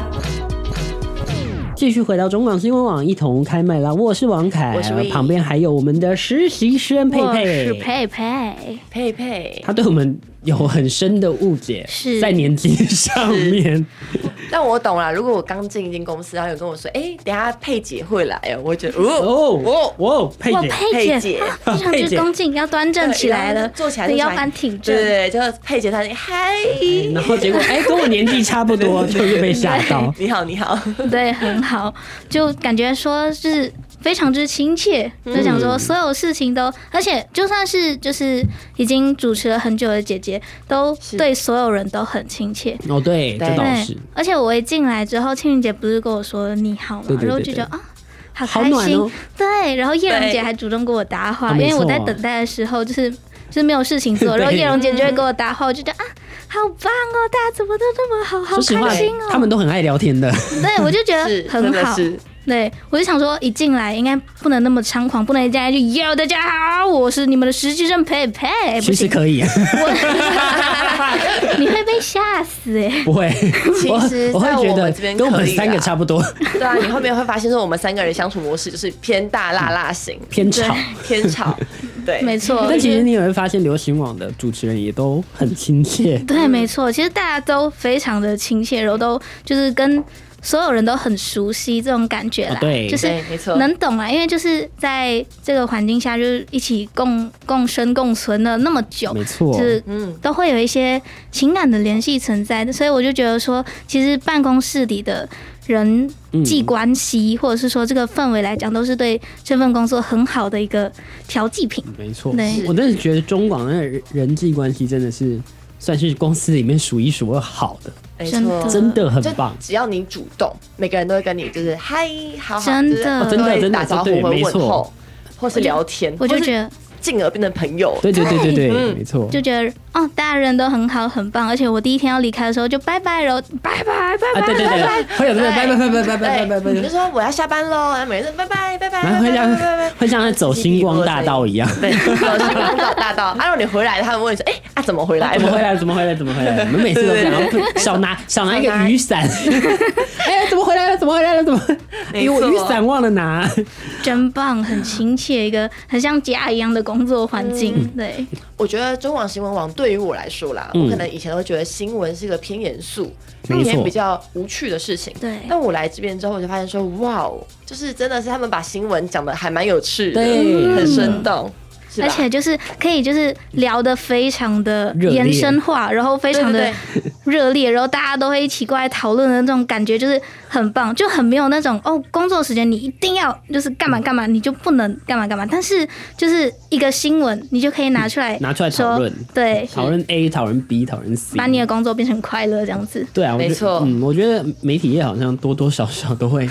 Speaker 1: 继续回到中广新闻网，一同开麦啦！我是王凯，
Speaker 2: 我是魏
Speaker 1: 旁边还有我们的实习生佩
Speaker 3: 我
Speaker 1: 佩，
Speaker 3: 是佩佩，
Speaker 2: 佩佩，
Speaker 1: 他对我们有很深的误解，
Speaker 3: 是
Speaker 1: 在年纪上面。
Speaker 2: 但我懂啦。如果我刚进一间公司，然后有跟我说：“哎、等一下佩姐会来哦。”我会觉得哦
Speaker 1: 哦
Speaker 2: 哦，
Speaker 1: 哦，佩
Speaker 3: 哇
Speaker 1: 姐，
Speaker 3: 佩
Speaker 2: 佩
Speaker 3: 姐
Speaker 2: 姐
Speaker 3: 啊非常
Speaker 1: 佩姐
Speaker 3: 之恭敬，要端正起来了，
Speaker 2: 坐起来
Speaker 3: 对
Speaker 2: 就
Speaker 3: 腰
Speaker 2: 起来
Speaker 3: 板挺
Speaker 2: 对
Speaker 3: 正。
Speaker 2: 对对，就是佩姐她嗨，
Speaker 1: 然后结果哎，跟我年纪差不 多，就是被吓到。
Speaker 2: 你好你好，
Speaker 3: 对，很好，就感觉说是非常之亲切，就想说所有事情都，而且就算是就是已经主持了很久的姐姐，都
Speaker 2: 是
Speaker 3: 对所有人都很亲切。
Speaker 1: 哦，对，
Speaker 2: 对
Speaker 1: 这倒
Speaker 3: 对
Speaker 1: 是。，
Speaker 3: 而且我一进来之后，庆云姐不是跟我说你好嘛
Speaker 1: 对，对对
Speaker 3: 然后我就
Speaker 1: 对
Speaker 3: 觉得啊。好
Speaker 1: 好
Speaker 3: 开
Speaker 1: 暖
Speaker 3: 心，
Speaker 1: 哦
Speaker 3: 对。然后叶蓉姐
Speaker 2: 对
Speaker 3: 还主动跟我搭话，
Speaker 1: 啊
Speaker 3: 因
Speaker 1: 没
Speaker 3: 为我在
Speaker 1: 错
Speaker 3: 等待的时候就是就是没有事情做，
Speaker 1: 对
Speaker 3: 然后叶蓉姐就会跟我搭话，我就觉得啊，好棒哦，大家怎么都这么好，好
Speaker 1: 说实话
Speaker 3: 开心哦。
Speaker 1: 他们都很爱聊天的。
Speaker 3: 对，我就觉
Speaker 2: 是
Speaker 3: 得
Speaker 2: 真
Speaker 3: 很
Speaker 2: 的
Speaker 3: 好。
Speaker 2: 是
Speaker 3: 对，我就想说，一进来应该不能那么猖狂，不能一进来就 “Yo，大家好，我是你们的实习生佩佩”，不
Speaker 1: 其实
Speaker 3: 行，
Speaker 1: 可以，
Speaker 3: 我你会被吓死哎、
Speaker 1: 不会。我
Speaker 2: 实
Speaker 1: 我
Speaker 2: 在
Speaker 1: 会觉
Speaker 2: 我
Speaker 1: 得
Speaker 2: 们这边
Speaker 1: 跟我们
Speaker 2: 可以
Speaker 1: 三个
Speaker 2: 啦
Speaker 1: 差不多，
Speaker 2: 对啊。你后面会发现说，我们三个人相处模式就是偏大辣辣型，
Speaker 1: 偏吵。
Speaker 2: 偏 吵，对，
Speaker 3: 没错，
Speaker 1: 但其实你也会发现，流行网的主持人也都很亲切。
Speaker 3: 对，没错，其实大家都非常的亲切，然后都就是跟所有人都很熟悉这种感觉啦，
Speaker 1: 哦对
Speaker 3: 就是
Speaker 2: 对没错
Speaker 3: 能懂啊啦，因为就是在这个环境下，就是一起共共生共存了那么久，
Speaker 1: 没错
Speaker 3: 就是
Speaker 2: 嗯，
Speaker 3: 都会有一些情感的联系存在的，所以我就觉得说，其实办公室里的人
Speaker 1: 嗯
Speaker 3: 际关系，或者是说这个氛围来讲，都是对这份工作很好的一个调剂品。
Speaker 1: 没错，
Speaker 3: 对
Speaker 1: 我真的觉得中广那个人际关系真的是算是公司里面数一数二好的，
Speaker 2: 没
Speaker 3: 真的
Speaker 2: 错，
Speaker 1: 真的很
Speaker 2: 就
Speaker 1: 棒。
Speaker 2: 只要你主动，每个人都会跟你就是嗨，好好，
Speaker 3: 真的
Speaker 2: 就是
Speaker 3: 哦
Speaker 1: 真的
Speaker 2: 都会
Speaker 1: 真的
Speaker 2: 打招呼
Speaker 1: 对
Speaker 2: 或
Speaker 1: 没
Speaker 2: 问
Speaker 1: 错
Speaker 2: 候，或是聊天，
Speaker 3: 我就
Speaker 2: 或是
Speaker 3: 觉得，
Speaker 2: 进而变成朋友。
Speaker 1: 对对对对对，
Speaker 2: 嗯
Speaker 1: 没错。
Speaker 3: 就觉得哦，大家人都很好，很棒。而且我第一天要离开的时候就拜拜了，拜拜拜
Speaker 1: 啊，
Speaker 3: 拜
Speaker 1: 对对
Speaker 3: 拜拜。
Speaker 1: 对，会有这个拜拜拜拜拜拜拜拜
Speaker 2: 你就
Speaker 1: 拜，
Speaker 2: 说我要下班喽，然后每个人拜拜拜拜，
Speaker 1: 然后
Speaker 2: 拜
Speaker 1: 会
Speaker 2: 拜拜拜
Speaker 1: 像
Speaker 2: 拜。
Speaker 1: 会像在走星光大道一样。
Speaker 2: 对，走星光大大道，啊，让你回来，他们问你说，哎，啊，怎么回来
Speaker 1: 怎么回
Speaker 2: 了？
Speaker 1: 来？怎么回来？怎么回来？我们每次都这样，然后少拿少拿一个雨伞。 哎呀，怎么回来了？怎么回来了？怎么？哎，
Speaker 2: 没
Speaker 1: 我
Speaker 2: 错
Speaker 1: 雨伞忘了拿。
Speaker 3: 真棒，很亲切，一个很像家一样的工作环境。对，
Speaker 2: 我觉得中广新闻网对于我来说啦，
Speaker 1: 嗯
Speaker 2: 我可能以前都觉得新闻是一个偏严肃、
Speaker 1: 没错
Speaker 2: 偏比较无趣的事情。
Speaker 3: 对
Speaker 2: 但我来这边之后，我就发现说，哇哦，就是真的是他们把新闻讲的还蛮有趣的，
Speaker 1: 对
Speaker 2: 很生动。
Speaker 4: 是吧
Speaker 3: 而且 就是可以就是聊得非常的
Speaker 1: 热烈
Speaker 3: 延伸化，然后非
Speaker 4: 对
Speaker 3: 常
Speaker 4: 对
Speaker 3: 的
Speaker 4: 对，
Speaker 3: 热烈，然后大家都会一起过来讨论的那种感觉，就是很棒，就很没有那种哦，工作时间你一定要就是干嘛干嘛，你就不能干嘛干嘛。但是就是一个新闻，你就可以嗯拿出来
Speaker 1: 拿出来讨论，
Speaker 3: 对，
Speaker 1: 讨论 A，讨论 B，讨论 C，
Speaker 3: 把你的工作变成快乐这样子。
Speaker 1: 对啊，我觉得
Speaker 4: 没错
Speaker 1: 嗯，我觉得媒体业好像多多少少 都会，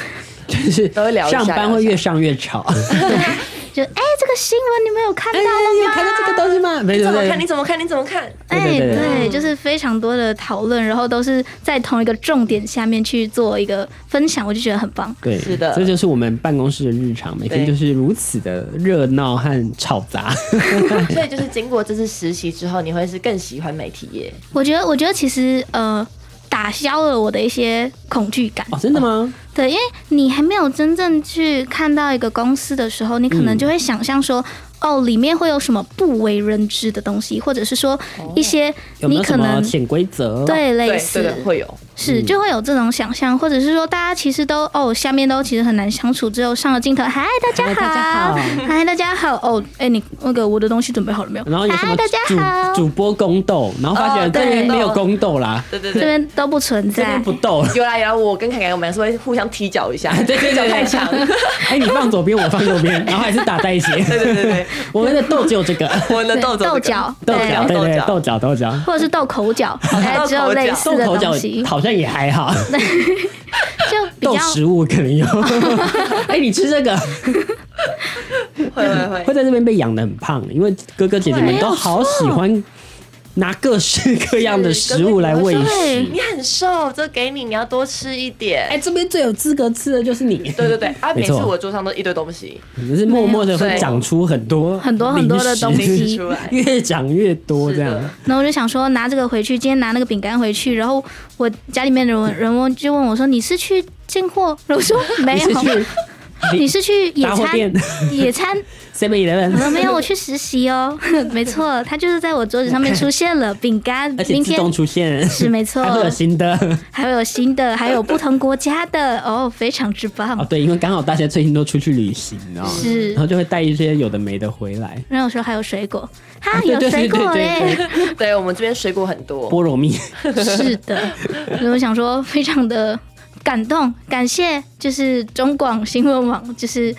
Speaker 1: 就是
Speaker 4: 都会聊一下
Speaker 1: 上班会越上越吵。
Speaker 3: 就哎、这个新闻你们有看到
Speaker 1: 哎，
Speaker 3: 了
Speaker 1: 你有
Speaker 3: 吗？
Speaker 1: 看到这个东西吗？没
Speaker 4: 你
Speaker 1: 有
Speaker 4: 怎么
Speaker 1: 对
Speaker 4: 看？你
Speaker 1: 对
Speaker 4: 怎么看？你怎么看？
Speaker 3: 哎、
Speaker 1: 对对对
Speaker 3: 对，就是非常多的讨论，然后都是在同一个重点下面去做一个分享，我就觉得很棒。
Speaker 1: 对，
Speaker 4: 是的
Speaker 1: 这就是我们办公室的日常，每
Speaker 4: 对
Speaker 1: 天就是如此的热闹和吵杂。
Speaker 4: 所以就是经过这次实习之后，你会是更喜欢媒体业？
Speaker 3: 我觉得，我觉得其实呃，打消了我的一些恐惧感。
Speaker 1: 哦，真的吗？
Speaker 3: 对，因为你还没有真正去看到一个公司的时候，你可能就会想象说，哦，里面会有什么不为人知的东西，或者是说一些
Speaker 1: 哦有没
Speaker 3: 你
Speaker 1: 有什
Speaker 3: 可
Speaker 1: 么
Speaker 3: 能
Speaker 1: 潜规则？，
Speaker 3: 对类
Speaker 4: 对
Speaker 3: 似
Speaker 4: 对的，会有。
Speaker 3: 是
Speaker 1: 嗯
Speaker 3: 就会有这种想象，或者是说大家其实都哦，下面都其实很难相处，只有上了镜头，嗨，大家
Speaker 1: 嗨大家
Speaker 3: 好
Speaker 1: 好，
Speaker 3: 嗨，大家好，哦，哎，你那个我的东西准备好了没有？
Speaker 1: 然后有什
Speaker 3: 嗨，
Speaker 1: 么
Speaker 3: 大家
Speaker 1: 主
Speaker 3: 好，
Speaker 1: 主播宫斗，然后发
Speaker 4: 哦
Speaker 1: 现这
Speaker 4: 对
Speaker 1: 边没有宫斗啦，
Speaker 4: 对对
Speaker 3: 这
Speaker 4: 对。
Speaker 3: 边都不存
Speaker 1: 这边
Speaker 3: 在
Speaker 1: 不。斗了。
Speaker 4: 有啦有啦，我跟凯凯我们还是会互相踢脚一下，
Speaker 1: 对对对
Speaker 4: 踢脚太强。
Speaker 1: 哎，你放左边，我放右边，然后还是打在 一起。
Speaker 4: 对对对对，
Speaker 1: 我们的斗只有这个
Speaker 4: 我们的
Speaker 3: 对
Speaker 4: 豆
Speaker 3: 豆角，
Speaker 1: 斗
Speaker 3: 对
Speaker 1: 角，对对，
Speaker 4: 斗
Speaker 1: 斗角，斗角。
Speaker 3: 或者是斗口角，哎，
Speaker 4: 斗
Speaker 3: 只有
Speaker 4: 口
Speaker 3: 类
Speaker 4: 角
Speaker 3: 似
Speaker 1: 斗
Speaker 3: 的
Speaker 1: 哦口角
Speaker 3: 东西，
Speaker 1: 好像也还好，
Speaker 3: 就比
Speaker 1: 斗
Speaker 3: 较
Speaker 1: 食物可 能有。哎、你吃这个
Speaker 4: 会会会
Speaker 1: 会。在这边被养的很胖，因为哥哥姐姐们都好喜欢拿各式各样的食物来喂食。
Speaker 4: 你很瘦，这给你，你要多吃一点。
Speaker 1: 哎、这边最有资格吃的就是你。
Speaker 4: 对对对，啊，
Speaker 1: 没
Speaker 4: 每次
Speaker 1: 错
Speaker 4: 我桌上都一堆东西，
Speaker 1: 你就是默默的会长出很多
Speaker 3: 很多很多的东
Speaker 1: 零食
Speaker 4: 零食
Speaker 3: 西
Speaker 4: 出。来。
Speaker 1: 越长越多这
Speaker 4: 是
Speaker 1: 样
Speaker 4: 的。
Speaker 3: 然后我就想说拿这个回去，今天拿那个饼干回去，然后我家里面的 人人问就问我说你是去进货？我说没
Speaker 1: 你
Speaker 3: 有
Speaker 1: 是， 去
Speaker 3: 你哎是去野
Speaker 1: 杂货店
Speaker 3: 餐野餐？
Speaker 1: Seven
Speaker 3: 我
Speaker 1: Eleven，
Speaker 3: 哦说没有，我去实习哦。 没错，他就是在我桌子上面出现了饼干，
Speaker 1: 而且
Speaker 3: 明
Speaker 1: 自
Speaker 3: 天
Speaker 1: 动出现，
Speaker 3: 是没错
Speaker 1: 还，会有新的
Speaker 3: 还有新的，还有不同国家的哦，非常之
Speaker 1: 哦。
Speaker 3: 棒。
Speaker 1: 对，因为刚好大家最近都出去旅行，你知道吗？
Speaker 3: 是
Speaker 1: 然，后就会带一些有的没的回来。
Speaker 3: 然后有时候还有水果，哈，
Speaker 1: 啊对
Speaker 3: 有
Speaker 1: 对对
Speaker 3: 水果
Speaker 1: 对
Speaker 3: 哎
Speaker 1: 对。
Speaker 4: 对我们这边水果很多，
Speaker 1: 菠萝蜜，
Speaker 3: 是的，所以我想说，非常的感动，感谢就是中广新闻网，就是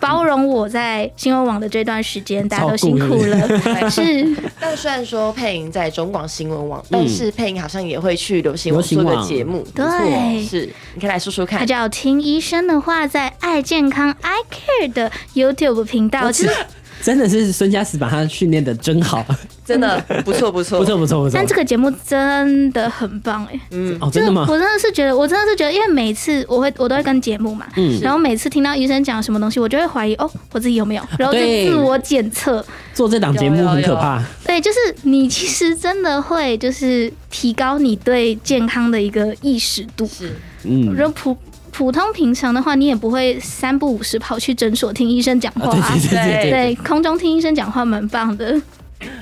Speaker 3: 包容我在新闻网的这段时间，大家都辛苦 了。是，
Speaker 4: 但虽然说配音在中广新闻网，
Speaker 1: 嗯
Speaker 4: 但是配音好像也会去流行网做个节目。
Speaker 3: 对。
Speaker 4: 是，你可以来说说看
Speaker 3: 他。叫《听医生的话》在爱健康 I Care 的 YouTube 频道，就是
Speaker 1: 真的是孙佳慈把他训练的真好，
Speaker 4: 真的不错不错，
Speaker 1: 不错不错不错
Speaker 3: 但。这个节目真的很棒哎、
Speaker 4: 嗯，
Speaker 1: 哦，
Speaker 3: 就
Speaker 1: 真的吗？
Speaker 3: 我真的是觉得，我真的是觉得，因为每次我会我都会跟节目嘛，
Speaker 1: 嗯
Speaker 3: 然后每次听到医生讲什么东西，我就会怀疑哦，我自己有 没有，然后就
Speaker 1: 对
Speaker 3: 自我检测，
Speaker 1: 做这档节目很可怕，
Speaker 3: 对，就是你其实真的会就是提高你对健康的一个意识度。
Speaker 4: 是
Speaker 1: 嗯，
Speaker 3: 然后普普通平常的话，你也不会三不五时跑去诊所听医生讲话、
Speaker 1: 啊，对
Speaker 3: 啊。
Speaker 1: 对对对对，
Speaker 3: 对，空中听医生讲话蛮棒的。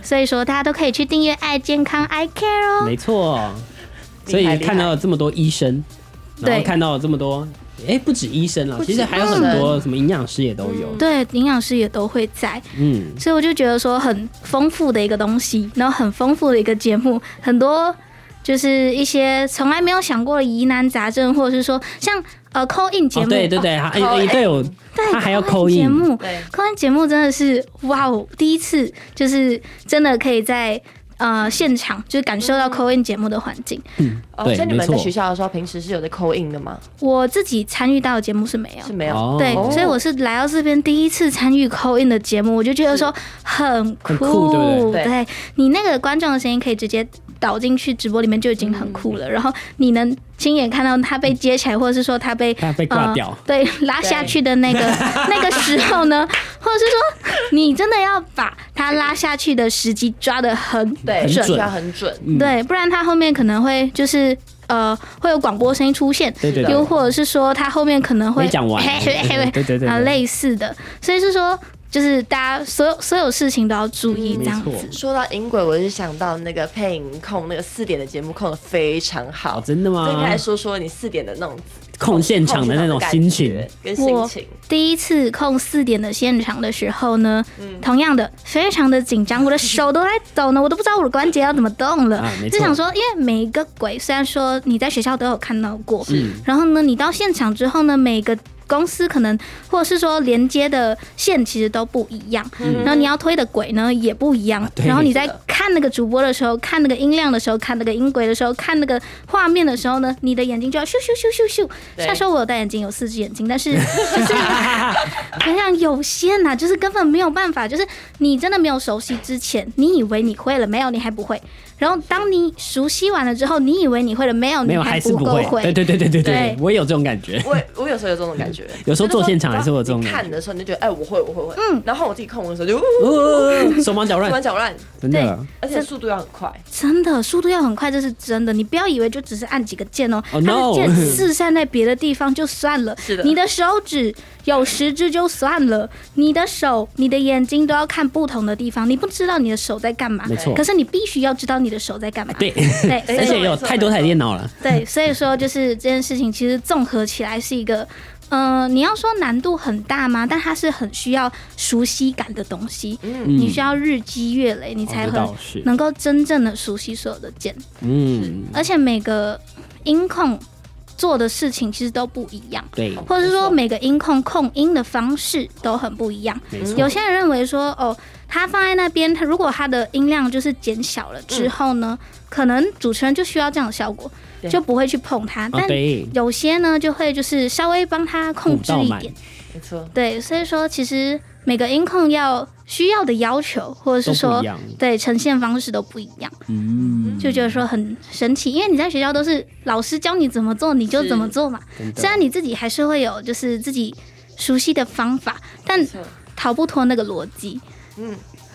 Speaker 3: 所以说，大家都可以去订阅“爱健康 I Care” 哦。
Speaker 1: 没错。所以
Speaker 4: 厉害厉害
Speaker 1: 看到这么多医生，然后
Speaker 3: 对
Speaker 1: 看到这么多，哎，不止医生了，
Speaker 4: 不止
Speaker 1: 其实还有很多什么营养师也都有，
Speaker 3: 对，营养师也都会在，
Speaker 1: 嗯，
Speaker 3: 所以我就觉得说很丰富的一个东西，然后很丰富的一个节目，很多就是一些从来没有想过的疑难杂症，或者是说像呃 call in 节
Speaker 1: 哦
Speaker 3: 目，
Speaker 1: 对对对，还哎
Speaker 4: 扣
Speaker 1: 哎
Speaker 4: 印
Speaker 1: 对我
Speaker 3: 对，
Speaker 1: 他还要
Speaker 3: 扣
Speaker 1: 扣印
Speaker 3: 节目，
Speaker 4: 对，
Speaker 3: 扣完节目真的是哇哦，第一次就是真的可以在呃现场就是感受到扣印节目的环境。
Speaker 4: 哦，
Speaker 1: 嗯对
Speaker 4: 所以你
Speaker 1: 没
Speaker 4: 们
Speaker 1: 错
Speaker 4: 在学校的时候，平时是有在扣印的吗？
Speaker 3: 我自己参与到的节目是没有
Speaker 4: 是。没有。
Speaker 1: 哦，
Speaker 3: 对，所以我是来到这边第一次参与扣印的节目，我就觉得说很酷，
Speaker 1: 很酷对不
Speaker 4: 对
Speaker 3: 你那个观众的声音可以直接导进去直播里面就已经很酷
Speaker 1: 嗯
Speaker 3: 了，然后你能亲眼看到他被接起来，或者是说他被
Speaker 1: 他被挂掉
Speaker 3: 呃，对，拉下去的那个那个时 候呢，或者是说你真的要把他拉下去的时机抓得很
Speaker 4: 对，
Speaker 1: 很
Speaker 4: 需
Speaker 1: 准
Speaker 4: 要很准。
Speaker 1: 嗯
Speaker 3: 对，不然他后面可能会就是呃会有广播声音出现，
Speaker 1: 对对
Speaker 3: 又
Speaker 1: 对，
Speaker 3: 或者是说他后面可能会
Speaker 1: 没讲完
Speaker 3: 嘿嘿嘿
Speaker 1: 对对对
Speaker 3: 啊
Speaker 1: 对
Speaker 3: 类似的，所以是说就是大家所有所有事情都要注意这
Speaker 1: 嗯没
Speaker 3: 样
Speaker 1: 错，
Speaker 3: 子。
Speaker 4: 说到音轨，我就想到那个配音控那个四点的节目控的非常
Speaker 1: 哦，
Speaker 4: 好。
Speaker 1: 真的
Speaker 4: 这应该
Speaker 1: 吗
Speaker 4: 来？说说你四点的那种
Speaker 1: 控现场的那种心情。
Speaker 4: 跟心情，
Speaker 3: 第一次控四点的现场的时候呢，
Speaker 1: 嗯
Speaker 3: 同样的非常的紧张，我的手都在抖呢，我都不知道我的关节要怎么动了。
Speaker 1: 啊没错
Speaker 3: 就想说，因为每一个鬼虽然说你在学校都有看到过，然后呢，你到现场之后呢，每个公司可能或者是说连接的线其实都不一样，然后你要推的鬼呢也不一样，
Speaker 1: 嗯 对
Speaker 3: 然后你在看那个主播的时候，看那个音量的时候，看那个音轨的时候，看那个画面的时候呢，你的眼睛就要咻咻咻咻咻。
Speaker 4: 对
Speaker 3: 虽然说我有戴眼镜，有四只眼睛，但是就是非常有限呐、就是根本没有办法，就是你真的没有熟悉之前，你以为你会了，没有你还不会。然后当你熟悉完了之后，你以为你会了，没有
Speaker 1: 没
Speaker 3: 你
Speaker 1: 有还是
Speaker 3: 不
Speaker 1: 不
Speaker 3: 够
Speaker 1: 会，对对对对对对
Speaker 3: 对，
Speaker 1: 我也有这种感觉。
Speaker 4: 我也我有时候有这种感 觉，
Speaker 1: 有时候做现场还是会有这种
Speaker 4: 你
Speaker 1: 感觉
Speaker 4: 看的时候你就觉得，哎，我会，我会，我会。嗯，然后我自己控的时候就呜
Speaker 1: 哦哦哦手忙脚
Speaker 4: 突然
Speaker 1: 乱，
Speaker 4: 脚乱，
Speaker 1: 真的
Speaker 3: 对。
Speaker 4: 而且速度要很快。
Speaker 3: 真的速度要很快，这是真的。你不要以为就只是按几个键哦，
Speaker 1: Oh,
Speaker 3: 它的
Speaker 1: no
Speaker 3: 键四散在别的地方就算 了。
Speaker 4: 是的
Speaker 3: 你的手指有十只就算了，你的手、你的眼睛都要看不同的地方。你不知道你的手在干嘛，
Speaker 1: 没错
Speaker 3: 可是你必须要知道你的手在干嘛。
Speaker 1: 对，
Speaker 3: 对，
Speaker 1: 而
Speaker 3: 所
Speaker 1: 且
Speaker 3: 以说
Speaker 1: 有太多台电脑了，
Speaker 3: 对，所以说就是这件事情，其实综合起来是一个。呃，你要说难度很大吗？但它是很需要熟悉感的东西，嗯你需要日积月累，你才
Speaker 1: 嗯哦这
Speaker 3: 很
Speaker 1: 倒是
Speaker 3: 能够真正的熟悉所有的键。
Speaker 1: 嗯，
Speaker 3: 而且每个音控做的事情其实都不一样，
Speaker 1: 对，
Speaker 3: 或者是说每个音控控音的方式都很不一样。
Speaker 1: 没错，
Speaker 3: 有些人认为说，哦，它放在那边，它如果它的音量就是减小了之后呢，可能主持人就需要这样的效果，
Speaker 4: 对
Speaker 3: 就不会去碰它。
Speaker 1: 啊
Speaker 3: 但
Speaker 1: 对，
Speaker 3: 有些呢，就会就是稍微帮它控制
Speaker 1: 补到
Speaker 3: 一
Speaker 1: 满
Speaker 3: 点。
Speaker 4: 没错，
Speaker 3: 对，所以说其实每个音控要需要的要求，或者是
Speaker 1: 都不
Speaker 3: 说
Speaker 1: 一样
Speaker 3: 对呈现方式都不一样。
Speaker 1: 嗯，
Speaker 3: 就觉得说很神奇，因为你在学校都是老师教你怎么做你就怎么做嘛。
Speaker 1: 真的
Speaker 3: 虽然你自己还是会有就是自己熟悉的方法，但
Speaker 4: 错
Speaker 3: 逃不脱那个逻辑。
Speaker 4: 嗯，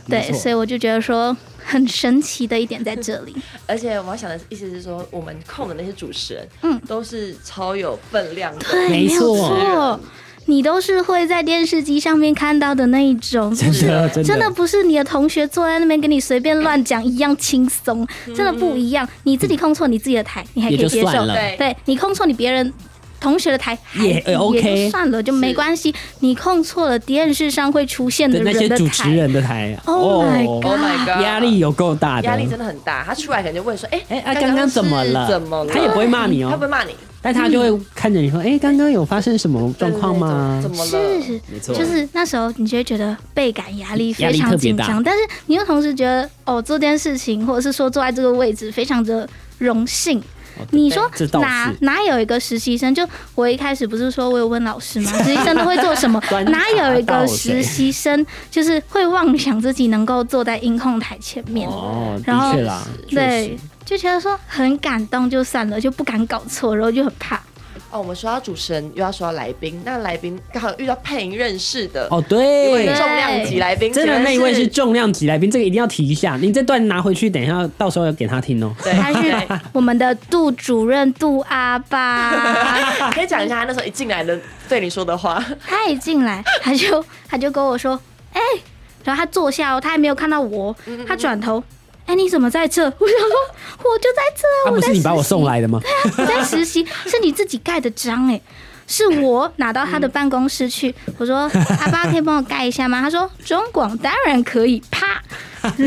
Speaker 1: 没
Speaker 3: 对，
Speaker 1: 错
Speaker 3: 所以我就觉得说很神奇的一点在这里。
Speaker 4: 而且我要想的意思是说，我们控的那些主持人，
Speaker 3: 嗯
Speaker 4: 都是超有分量的。
Speaker 3: 对，
Speaker 1: 没
Speaker 3: 没有
Speaker 4: Oh
Speaker 1: 错
Speaker 3: 错，你都是会在电视机上面看到的那一种，
Speaker 1: 真的真的
Speaker 3: 真的不是你的同学坐在那边跟你随便乱讲一样轻松，真的不一样。你自己控错你自己的台，你还
Speaker 1: 嗯
Speaker 3: 可
Speaker 1: 也
Speaker 3: 以
Speaker 1: 就
Speaker 3: 接
Speaker 1: 算
Speaker 3: 受
Speaker 1: 了，
Speaker 4: 对
Speaker 3: 对你控错你别人同学的台还
Speaker 1: 也呃，OK
Speaker 3: 就算了，就没关系。你控错了电视上会出现的
Speaker 1: 对那些
Speaker 3: 人的
Speaker 1: 主持
Speaker 3: 台，
Speaker 1: 人的台
Speaker 3: Oh my
Speaker 1: 哦
Speaker 4: Oh my god，
Speaker 1: 压力有够大的，
Speaker 4: 压力真的很大。他出来可能就问说，哎、
Speaker 1: 哎啊，刚刚怎么
Speaker 4: 是
Speaker 1: 了？
Speaker 4: 怎么了？
Speaker 1: 他也不会骂你
Speaker 4: 他不会
Speaker 1: 哦，
Speaker 4: 骂你
Speaker 1: 但他就会看着你说，哎，刚刚有发生什么状况吗
Speaker 4: 对？对对
Speaker 3: 嗯
Speaker 4: 怎么了？
Speaker 3: 是
Speaker 1: 没错
Speaker 3: 就是那时候你就会觉得倍感压力
Speaker 1: 压
Speaker 3: 非
Speaker 1: 力
Speaker 3: 常
Speaker 1: 特别
Speaker 3: 紧
Speaker 1: 大
Speaker 3: 张，但是你又同时觉得哦，做这件事情或者是说坐在这个位置非常的荣幸。你说
Speaker 1: 哦这倒
Speaker 3: 哪
Speaker 1: 是
Speaker 3: 哪有一个实习生？就我一开始不是说我有问老 师吗？实习生都会做什么
Speaker 1: 观？察
Speaker 3: 哪有一
Speaker 1: 到
Speaker 3: 个
Speaker 1: 谁
Speaker 3: 实习生就是会妄想自己能够坐在音控台前面？
Speaker 1: 哦，
Speaker 3: 然
Speaker 1: 的
Speaker 3: 后
Speaker 1: 确啦，确实
Speaker 3: 对，就觉得说很感动就算了，就不敢搞错，然后就很怕。
Speaker 4: 哦，我们说到主持人，又要说到来宾，那来宾刚好遇到配音认识的，
Speaker 1: 哦，
Speaker 4: 一位
Speaker 1: 对，
Speaker 4: 重量级来宾，
Speaker 1: 真的那一位
Speaker 4: 请
Speaker 1: 是
Speaker 4: 问
Speaker 1: 重量级来宾，这个一定要提一下，你这段拿回去，等一下到时候要给他听哦。
Speaker 4: 对，
Speaker 3: 他是
Speaker 4: 对
Speaker 3: 我们的杜主任杜阿 爸，
Speaker 4: 可以讲一下他那时候一进来的对你说的话，
Speaker 3: 他一进来他就他就跟我说，哎、然后他坐下哦，他还没有看到我，他转头，哎、你怎么在这？我想说我就在
Speaker 1: 啊，
Speaker 3: 这啊，
Speaker 1: 不
Speaker 3: 我在
Speaker 1: 是你把我
Speaker 3: 实习
Speaker 1: 送来的吗？
Speaker 3: 我 在实习，是你自己盖的章哎、是我拿到他的办公室去，
Speaker 1: 嗯
Speaker 3: 我说阿爸可以帮我盖一下吗？他说中广当然可以，啪，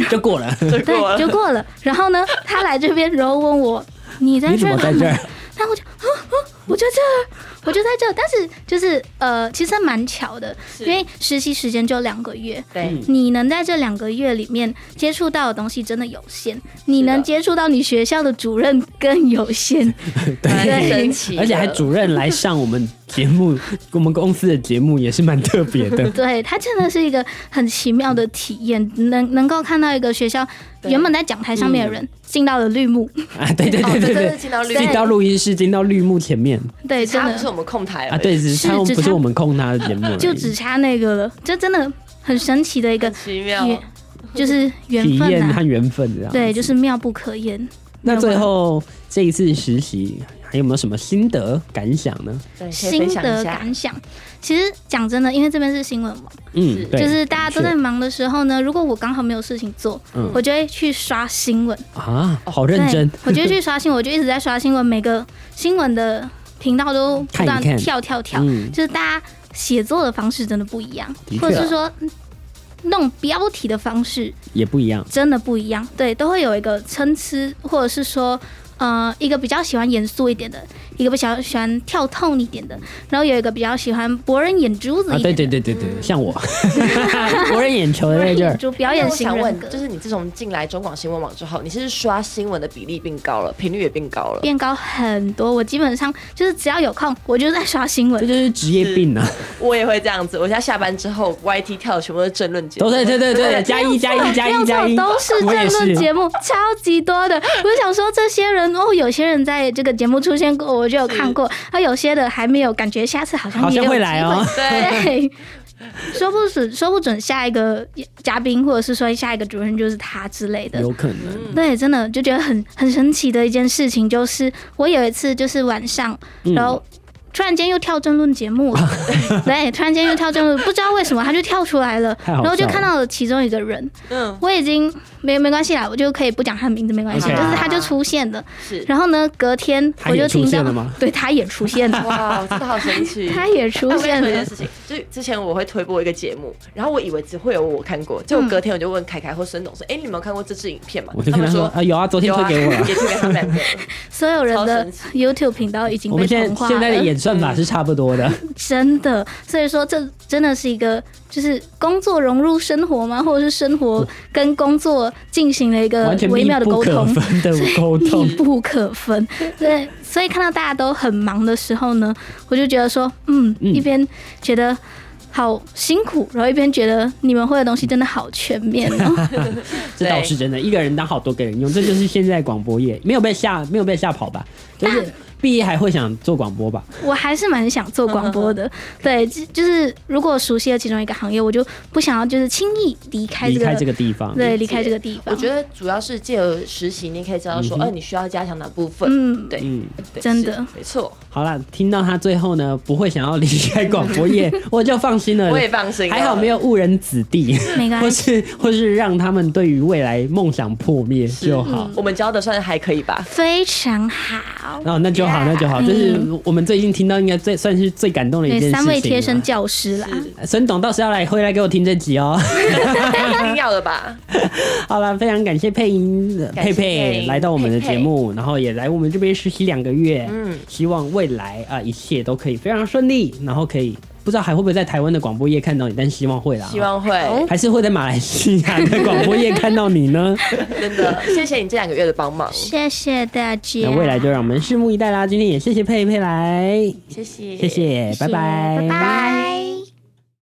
Speaker 1: 就过了。
Speaker 4: 对
Speaker 3: 对，就过了。然后呢，他来这边，然后问我你在
Speaker 1: 你
Speaker 3: 这
Speaker 1: 怎
Speaker 3: 儿
Speaker 1: 么在
Speaker 3: 干
Speaker 1: 这
Speaker 3: 嘛
Speaker 1: 儿？
Speaker 3: 然后我就，啊啊，我就在这儿，我就在这儿。但是就是呃，其实蛮巧的，因为实习时间就两个月，
Speaker 1: 嗯
Speaker 4: 对，
Speaker 3: 你能在这两个月里面接触到的东西真的有限，你能接触到你学校的主任更有限。
Speaker 4: 蛮神
Speaker 2: 啊
Speaker 4: 奇的，
Speaker 1: 而且还主任来上我们节目，我们公司的节目也是蛮特别 的。
Speaker 3: 对，它真的是一个很奇妙的体验，能能够看到一个学校原本在讲台上面的
Speaker 4: 嗯
Speaker 3: 人进到了绿幕，
Speaker 1: 啊，对对对
Speaker 4: 哦
Speaker 1: 对
Speaker 4: 真的
Speaker 1: 对
Speaker 4: 是，进到绿
Speaker 1: 进到录音室，进到绿幕前面
Speaker 3: 对，真
Speaker 4: 他
Speaker 3: 的
Speaker 4: 不是我们控台
Speaker 1: 啊，对，只是他
Speaker 3: 只
Speaker 1: 不是
Speaker 3: 差
Speaker 1: 我们控他的节目而已，
Speaker 3: 就只差那个了，这真的很神奇的一个
Speaker 4: 很奇妙，
Speaker 3: 也就是缘
Speaker 1: 体
Speaker 3: 分
Speaker 1: 验
Speaker 3: 啊
Speaker 1: 和，缘分这样。
Speaker 3: 对，就是妙不可言。
Speaker 1: 那最后这一次实习还有没有什么心得感想呢？
Speaker 4: 对，可以
Speaker 3: 心
Speaker 4: 分享
Speaker 3: 得
Speaker 4: 一下，
Speaker 3: 感想，其实讲真的，因为这边是新闻网，
Speaker 1: 嗯，对，
Speaker 3: 就是大家都
Speaker 1: 的
Speaker 3: 在
Speaker 1: 确
Speaker 3: 忙的时候呢，如果我刚好没有事情做，
Speaker 1: 嗯
Speaker 3: 我就会去刷新闻，
Speaker 1: 啊，好认真
Speaker 3: 对，我就会去刷新闻，我就一直在刷新闻，每个新闻的。频道都不
Speaker 1: 看
Speaker 3: 断
Speaker 1: 一看
Speaker 3: 跳跳跳，
Speaker 1: 嗯
Speaker 3: 就是大家写作的方式真的不一样
Speaker 1: 的，确啊
Speaker 3: 或者是说嗯弄标题的方式
Speaker 1: 也不一样。
Speaker 3: 真的不一样，对，都会有一个参差，或者是说，呃，一个比较喜欢严肃一点的，一个比较喜欢跳痛一点的，然后有一个比较喜欢博人眼珠子
Speaker 1: 啊，
Speaker 3: 一点的，
Speaker 1: 对对对对对，像 我，博人眼球的
Speaker 3: 博
Speaker 1: 在
Speaker 3: 人
Speaker 1: 这
Speaker 3: 眼
Speaker 1: 儿，
Speaker 3: 珠表演
Speaker 2: 那我
Speaker 3: 型
Speaker 2: 想
Speaker 3: 人
Speaker 2: 问，
Speaker 3: 格，
Speaker 2: 就是你自从进来中广新闻网之后，你是刷新闻的比例变高了，频率也变高了。
Speaker 3: 变高很多。我基本上就是只要有空，我就在刷新
Speaker 1: 这
Speaker 3: 闻。
Speaker 1: 就是职业病啊！
Speaker 2: 我也会这样子，我现在下班之后，YT 跳的全部都是争论节目，
Speaker 1: 都对对对对，加一加哎一加
Speaker 3: 没有
Speaker 1: 一加一，
Speaker 3: 错都是
Speaker 1: 我也
Speaker 3: 政
Speaker 1: 是
Speaker 3: 论节目，超级多的。我就想说，这些人哦，有些人在这个节目出现过，我就有看过；，而有些的还没有，感觉下次好像
Speaker 1: 好
Speaker 3: 也有
Speaker 1: 像会来哦
Speaker 3: 机会。
Speaker 2: 对。
Speaker 3: 对， 说不准，说不准下一个嘉宾，或者是说下一个主任就是他之类的
Speaker 1: 有。可能，
Speaker 3: 对，真的就觉得很很神奇的一件事情，就是我有一次就是晚上，
Speaker 1: 嗯
Speaker 3: 然后突然间又跳争论 节目了，对，突然间又跳争论，不知道为什么他就跳出来了，
Speaker 1: 太好
Speaker 3: 然后就
Speaker 1: 笑
Speaker 3: 看
Speaker 1: 了
Speaker 3: 到了其中一个人，
Speaker 2: 嗯，
Speaker 3: 我已经没没关系啦，我就可以不讲他的名字，没关系
Speaker 1: OK
Speaker 3: 就是他就出现了，
Speaker 2: 是。
Speaker 3: 然后呢，隔天
Speaker 1: 他
Speaker 3: 我
Speaker 1: 也
Speaker 3: 就
Speaker 1: 出
Speaker 3: 听
Speaker 1: 现
Speaker 3: 到
Speaker 1: 了吗，
Speaker 3: 对，他也出 现了，
Speaker 2: 哇，真的好神奇！
Speaker 3: 他也
Speaker 2: 哎
Speaker 3: 出
Speaker 2: 我跟你
Speaker 3: 现
Speaker 2: 说一件
Speaker 3: 了，
Speaker 2: 事情，就是之前我会推播一个节目，然后我以为只会有我看过，结果隔天我就问凯凯或孙董说：“哎、你们有看过这支影片吗
Speaker 1: 嗯我？”就
Speaker 2: 他
Speaker 1: 跟
Speaker 2: 们
Speaker 1: 他
Speaker 2: 说
Speaker 1: 说：“啊，有啊，昨天
Speaker 2: 有
Speaker 1: 推
Speaker 2: 啊，
Speaker 1: 给我了。
Speaker 2: 也推给他们两个。
Speaker 3: 所有人
Speaker 2: 超
Speaker 3: 的
Speaker 2: 神奇
Speaker 3: YouTube 频道已” 经
Speaker 1: 我
Speaker 3: 被
Speaker 1: 们现
Speaker 3: 同
Speaker 1: 在
Speaker 3: 化
Speaker 1: 现在的
Speaker 3: 了，
Speaker 1: 演算法是差不多的，
Speaker 3: 真的，所以说这真的是一个就是工作融入生活吗？或者是生活跟工作进行了一个
Speaker 1: 完全
Speaker 3: 微
Speaker 1: 密
Speaker 3: 妙的
Speaker 1: 不
Speaker 3: 沟
Speaker 1: 可
Speaker 3: 通，
Speaker 1: 分呃的 沟通
Speaker 3: 密。不可分。对，所以看到大家都很忙的时候呢，我就觉得说，嗯，
Speaker 1: 嗯
Speaker 3: 一边觉得好辛苦，然后一边觉得你们会的东西真的好全面 哦。
Speaker 1: 这倒是真的，一个人当好多个人用，这就是现在广播业没有被吓，没有被吓跑吧？就是毕业还会想做广播吧？
Speaker 3: 我还是蛮想做广播 的，对，就就是如果熟悉了其中一个行业，我就不想要就是轻易离开
Speaker 1: 离
Speaker 3: 这
Speaker 1: 开
Speaker 3: 个
Speaker 1: 这个地方，
Speaker 3: 对，离开这个地
Speaker 2: 我
Speaker 3: 方。
Speaker 2: 觉得主要是借由实习，你可以知道说，
Speaker 1: 嗯哼
Speaker 2: 呃，你需要加强哪部分。
Speaker 3: 嗯，
Speaker 2: 对，
Speaker 1: 嗯，
Speaker 2: 对
Speaker 3: 真的
Speaker 2: 是没错，
Speaker 1: 好啦，听到他最后呢，不会想要离开广播 业，我就放心了。
Speaker 2: 我也放心啊了。
Speaker 1: 还好没有误人子弟，
Speaker 3: 没关
Speaker 1: 或
Speaker 3: 系。
Speaker 1: 是或是让他们对于未来梦想破灭就好。
Speaker 2: 嗯我们教的算还可以吧？
Speaker 3: 非常好。
Speaker 1: 哦，那就好，那就好，
Speaker 3: 嗯
Speaker 1: 这是我们最近听到应该最算是最感动的一件
Speaker 3: 对，
Speaker 1: 事情了。
Speaker 3: 三位贴身教师啦，
Speaker 1: 沈董到时要来会来给我听这集哦。
Speaker 2: 一定要的吧？
Speaker 1: 好了，非常感谢配音的
Speaker 2: 感谢
Speaker 1: 佩
Speaker 2: 佩
Speaker 1: 佩
Speaker 2: 音
Speaker 1: 来到我们的
Speaker 2: 佩佩
Speaker 1: 节目，然后也来我们这边实习两个月。嗯
Speaker 2: 嗯，
Speaker 1: 希望未来啊、一切都可以非常顺利，然后可以不知道还会不会在台湾的广播业看到你，但希望会啦。
Speaker 2: 希望会
Speaker 1: 还是会在马来西亚的广播业看到你 呢。
Speaker 2: 真的，谢谢你这两个月的帮忙，
Speaker 3: 谢谢大家。
Speaker 1: 那未来就让我们拭目以待啦。今天也谢谢佩佩来，
Speaker 2: 谢谢，
Speaker 1: 谢谢，拜拜，
Speaker 3: 拜拜。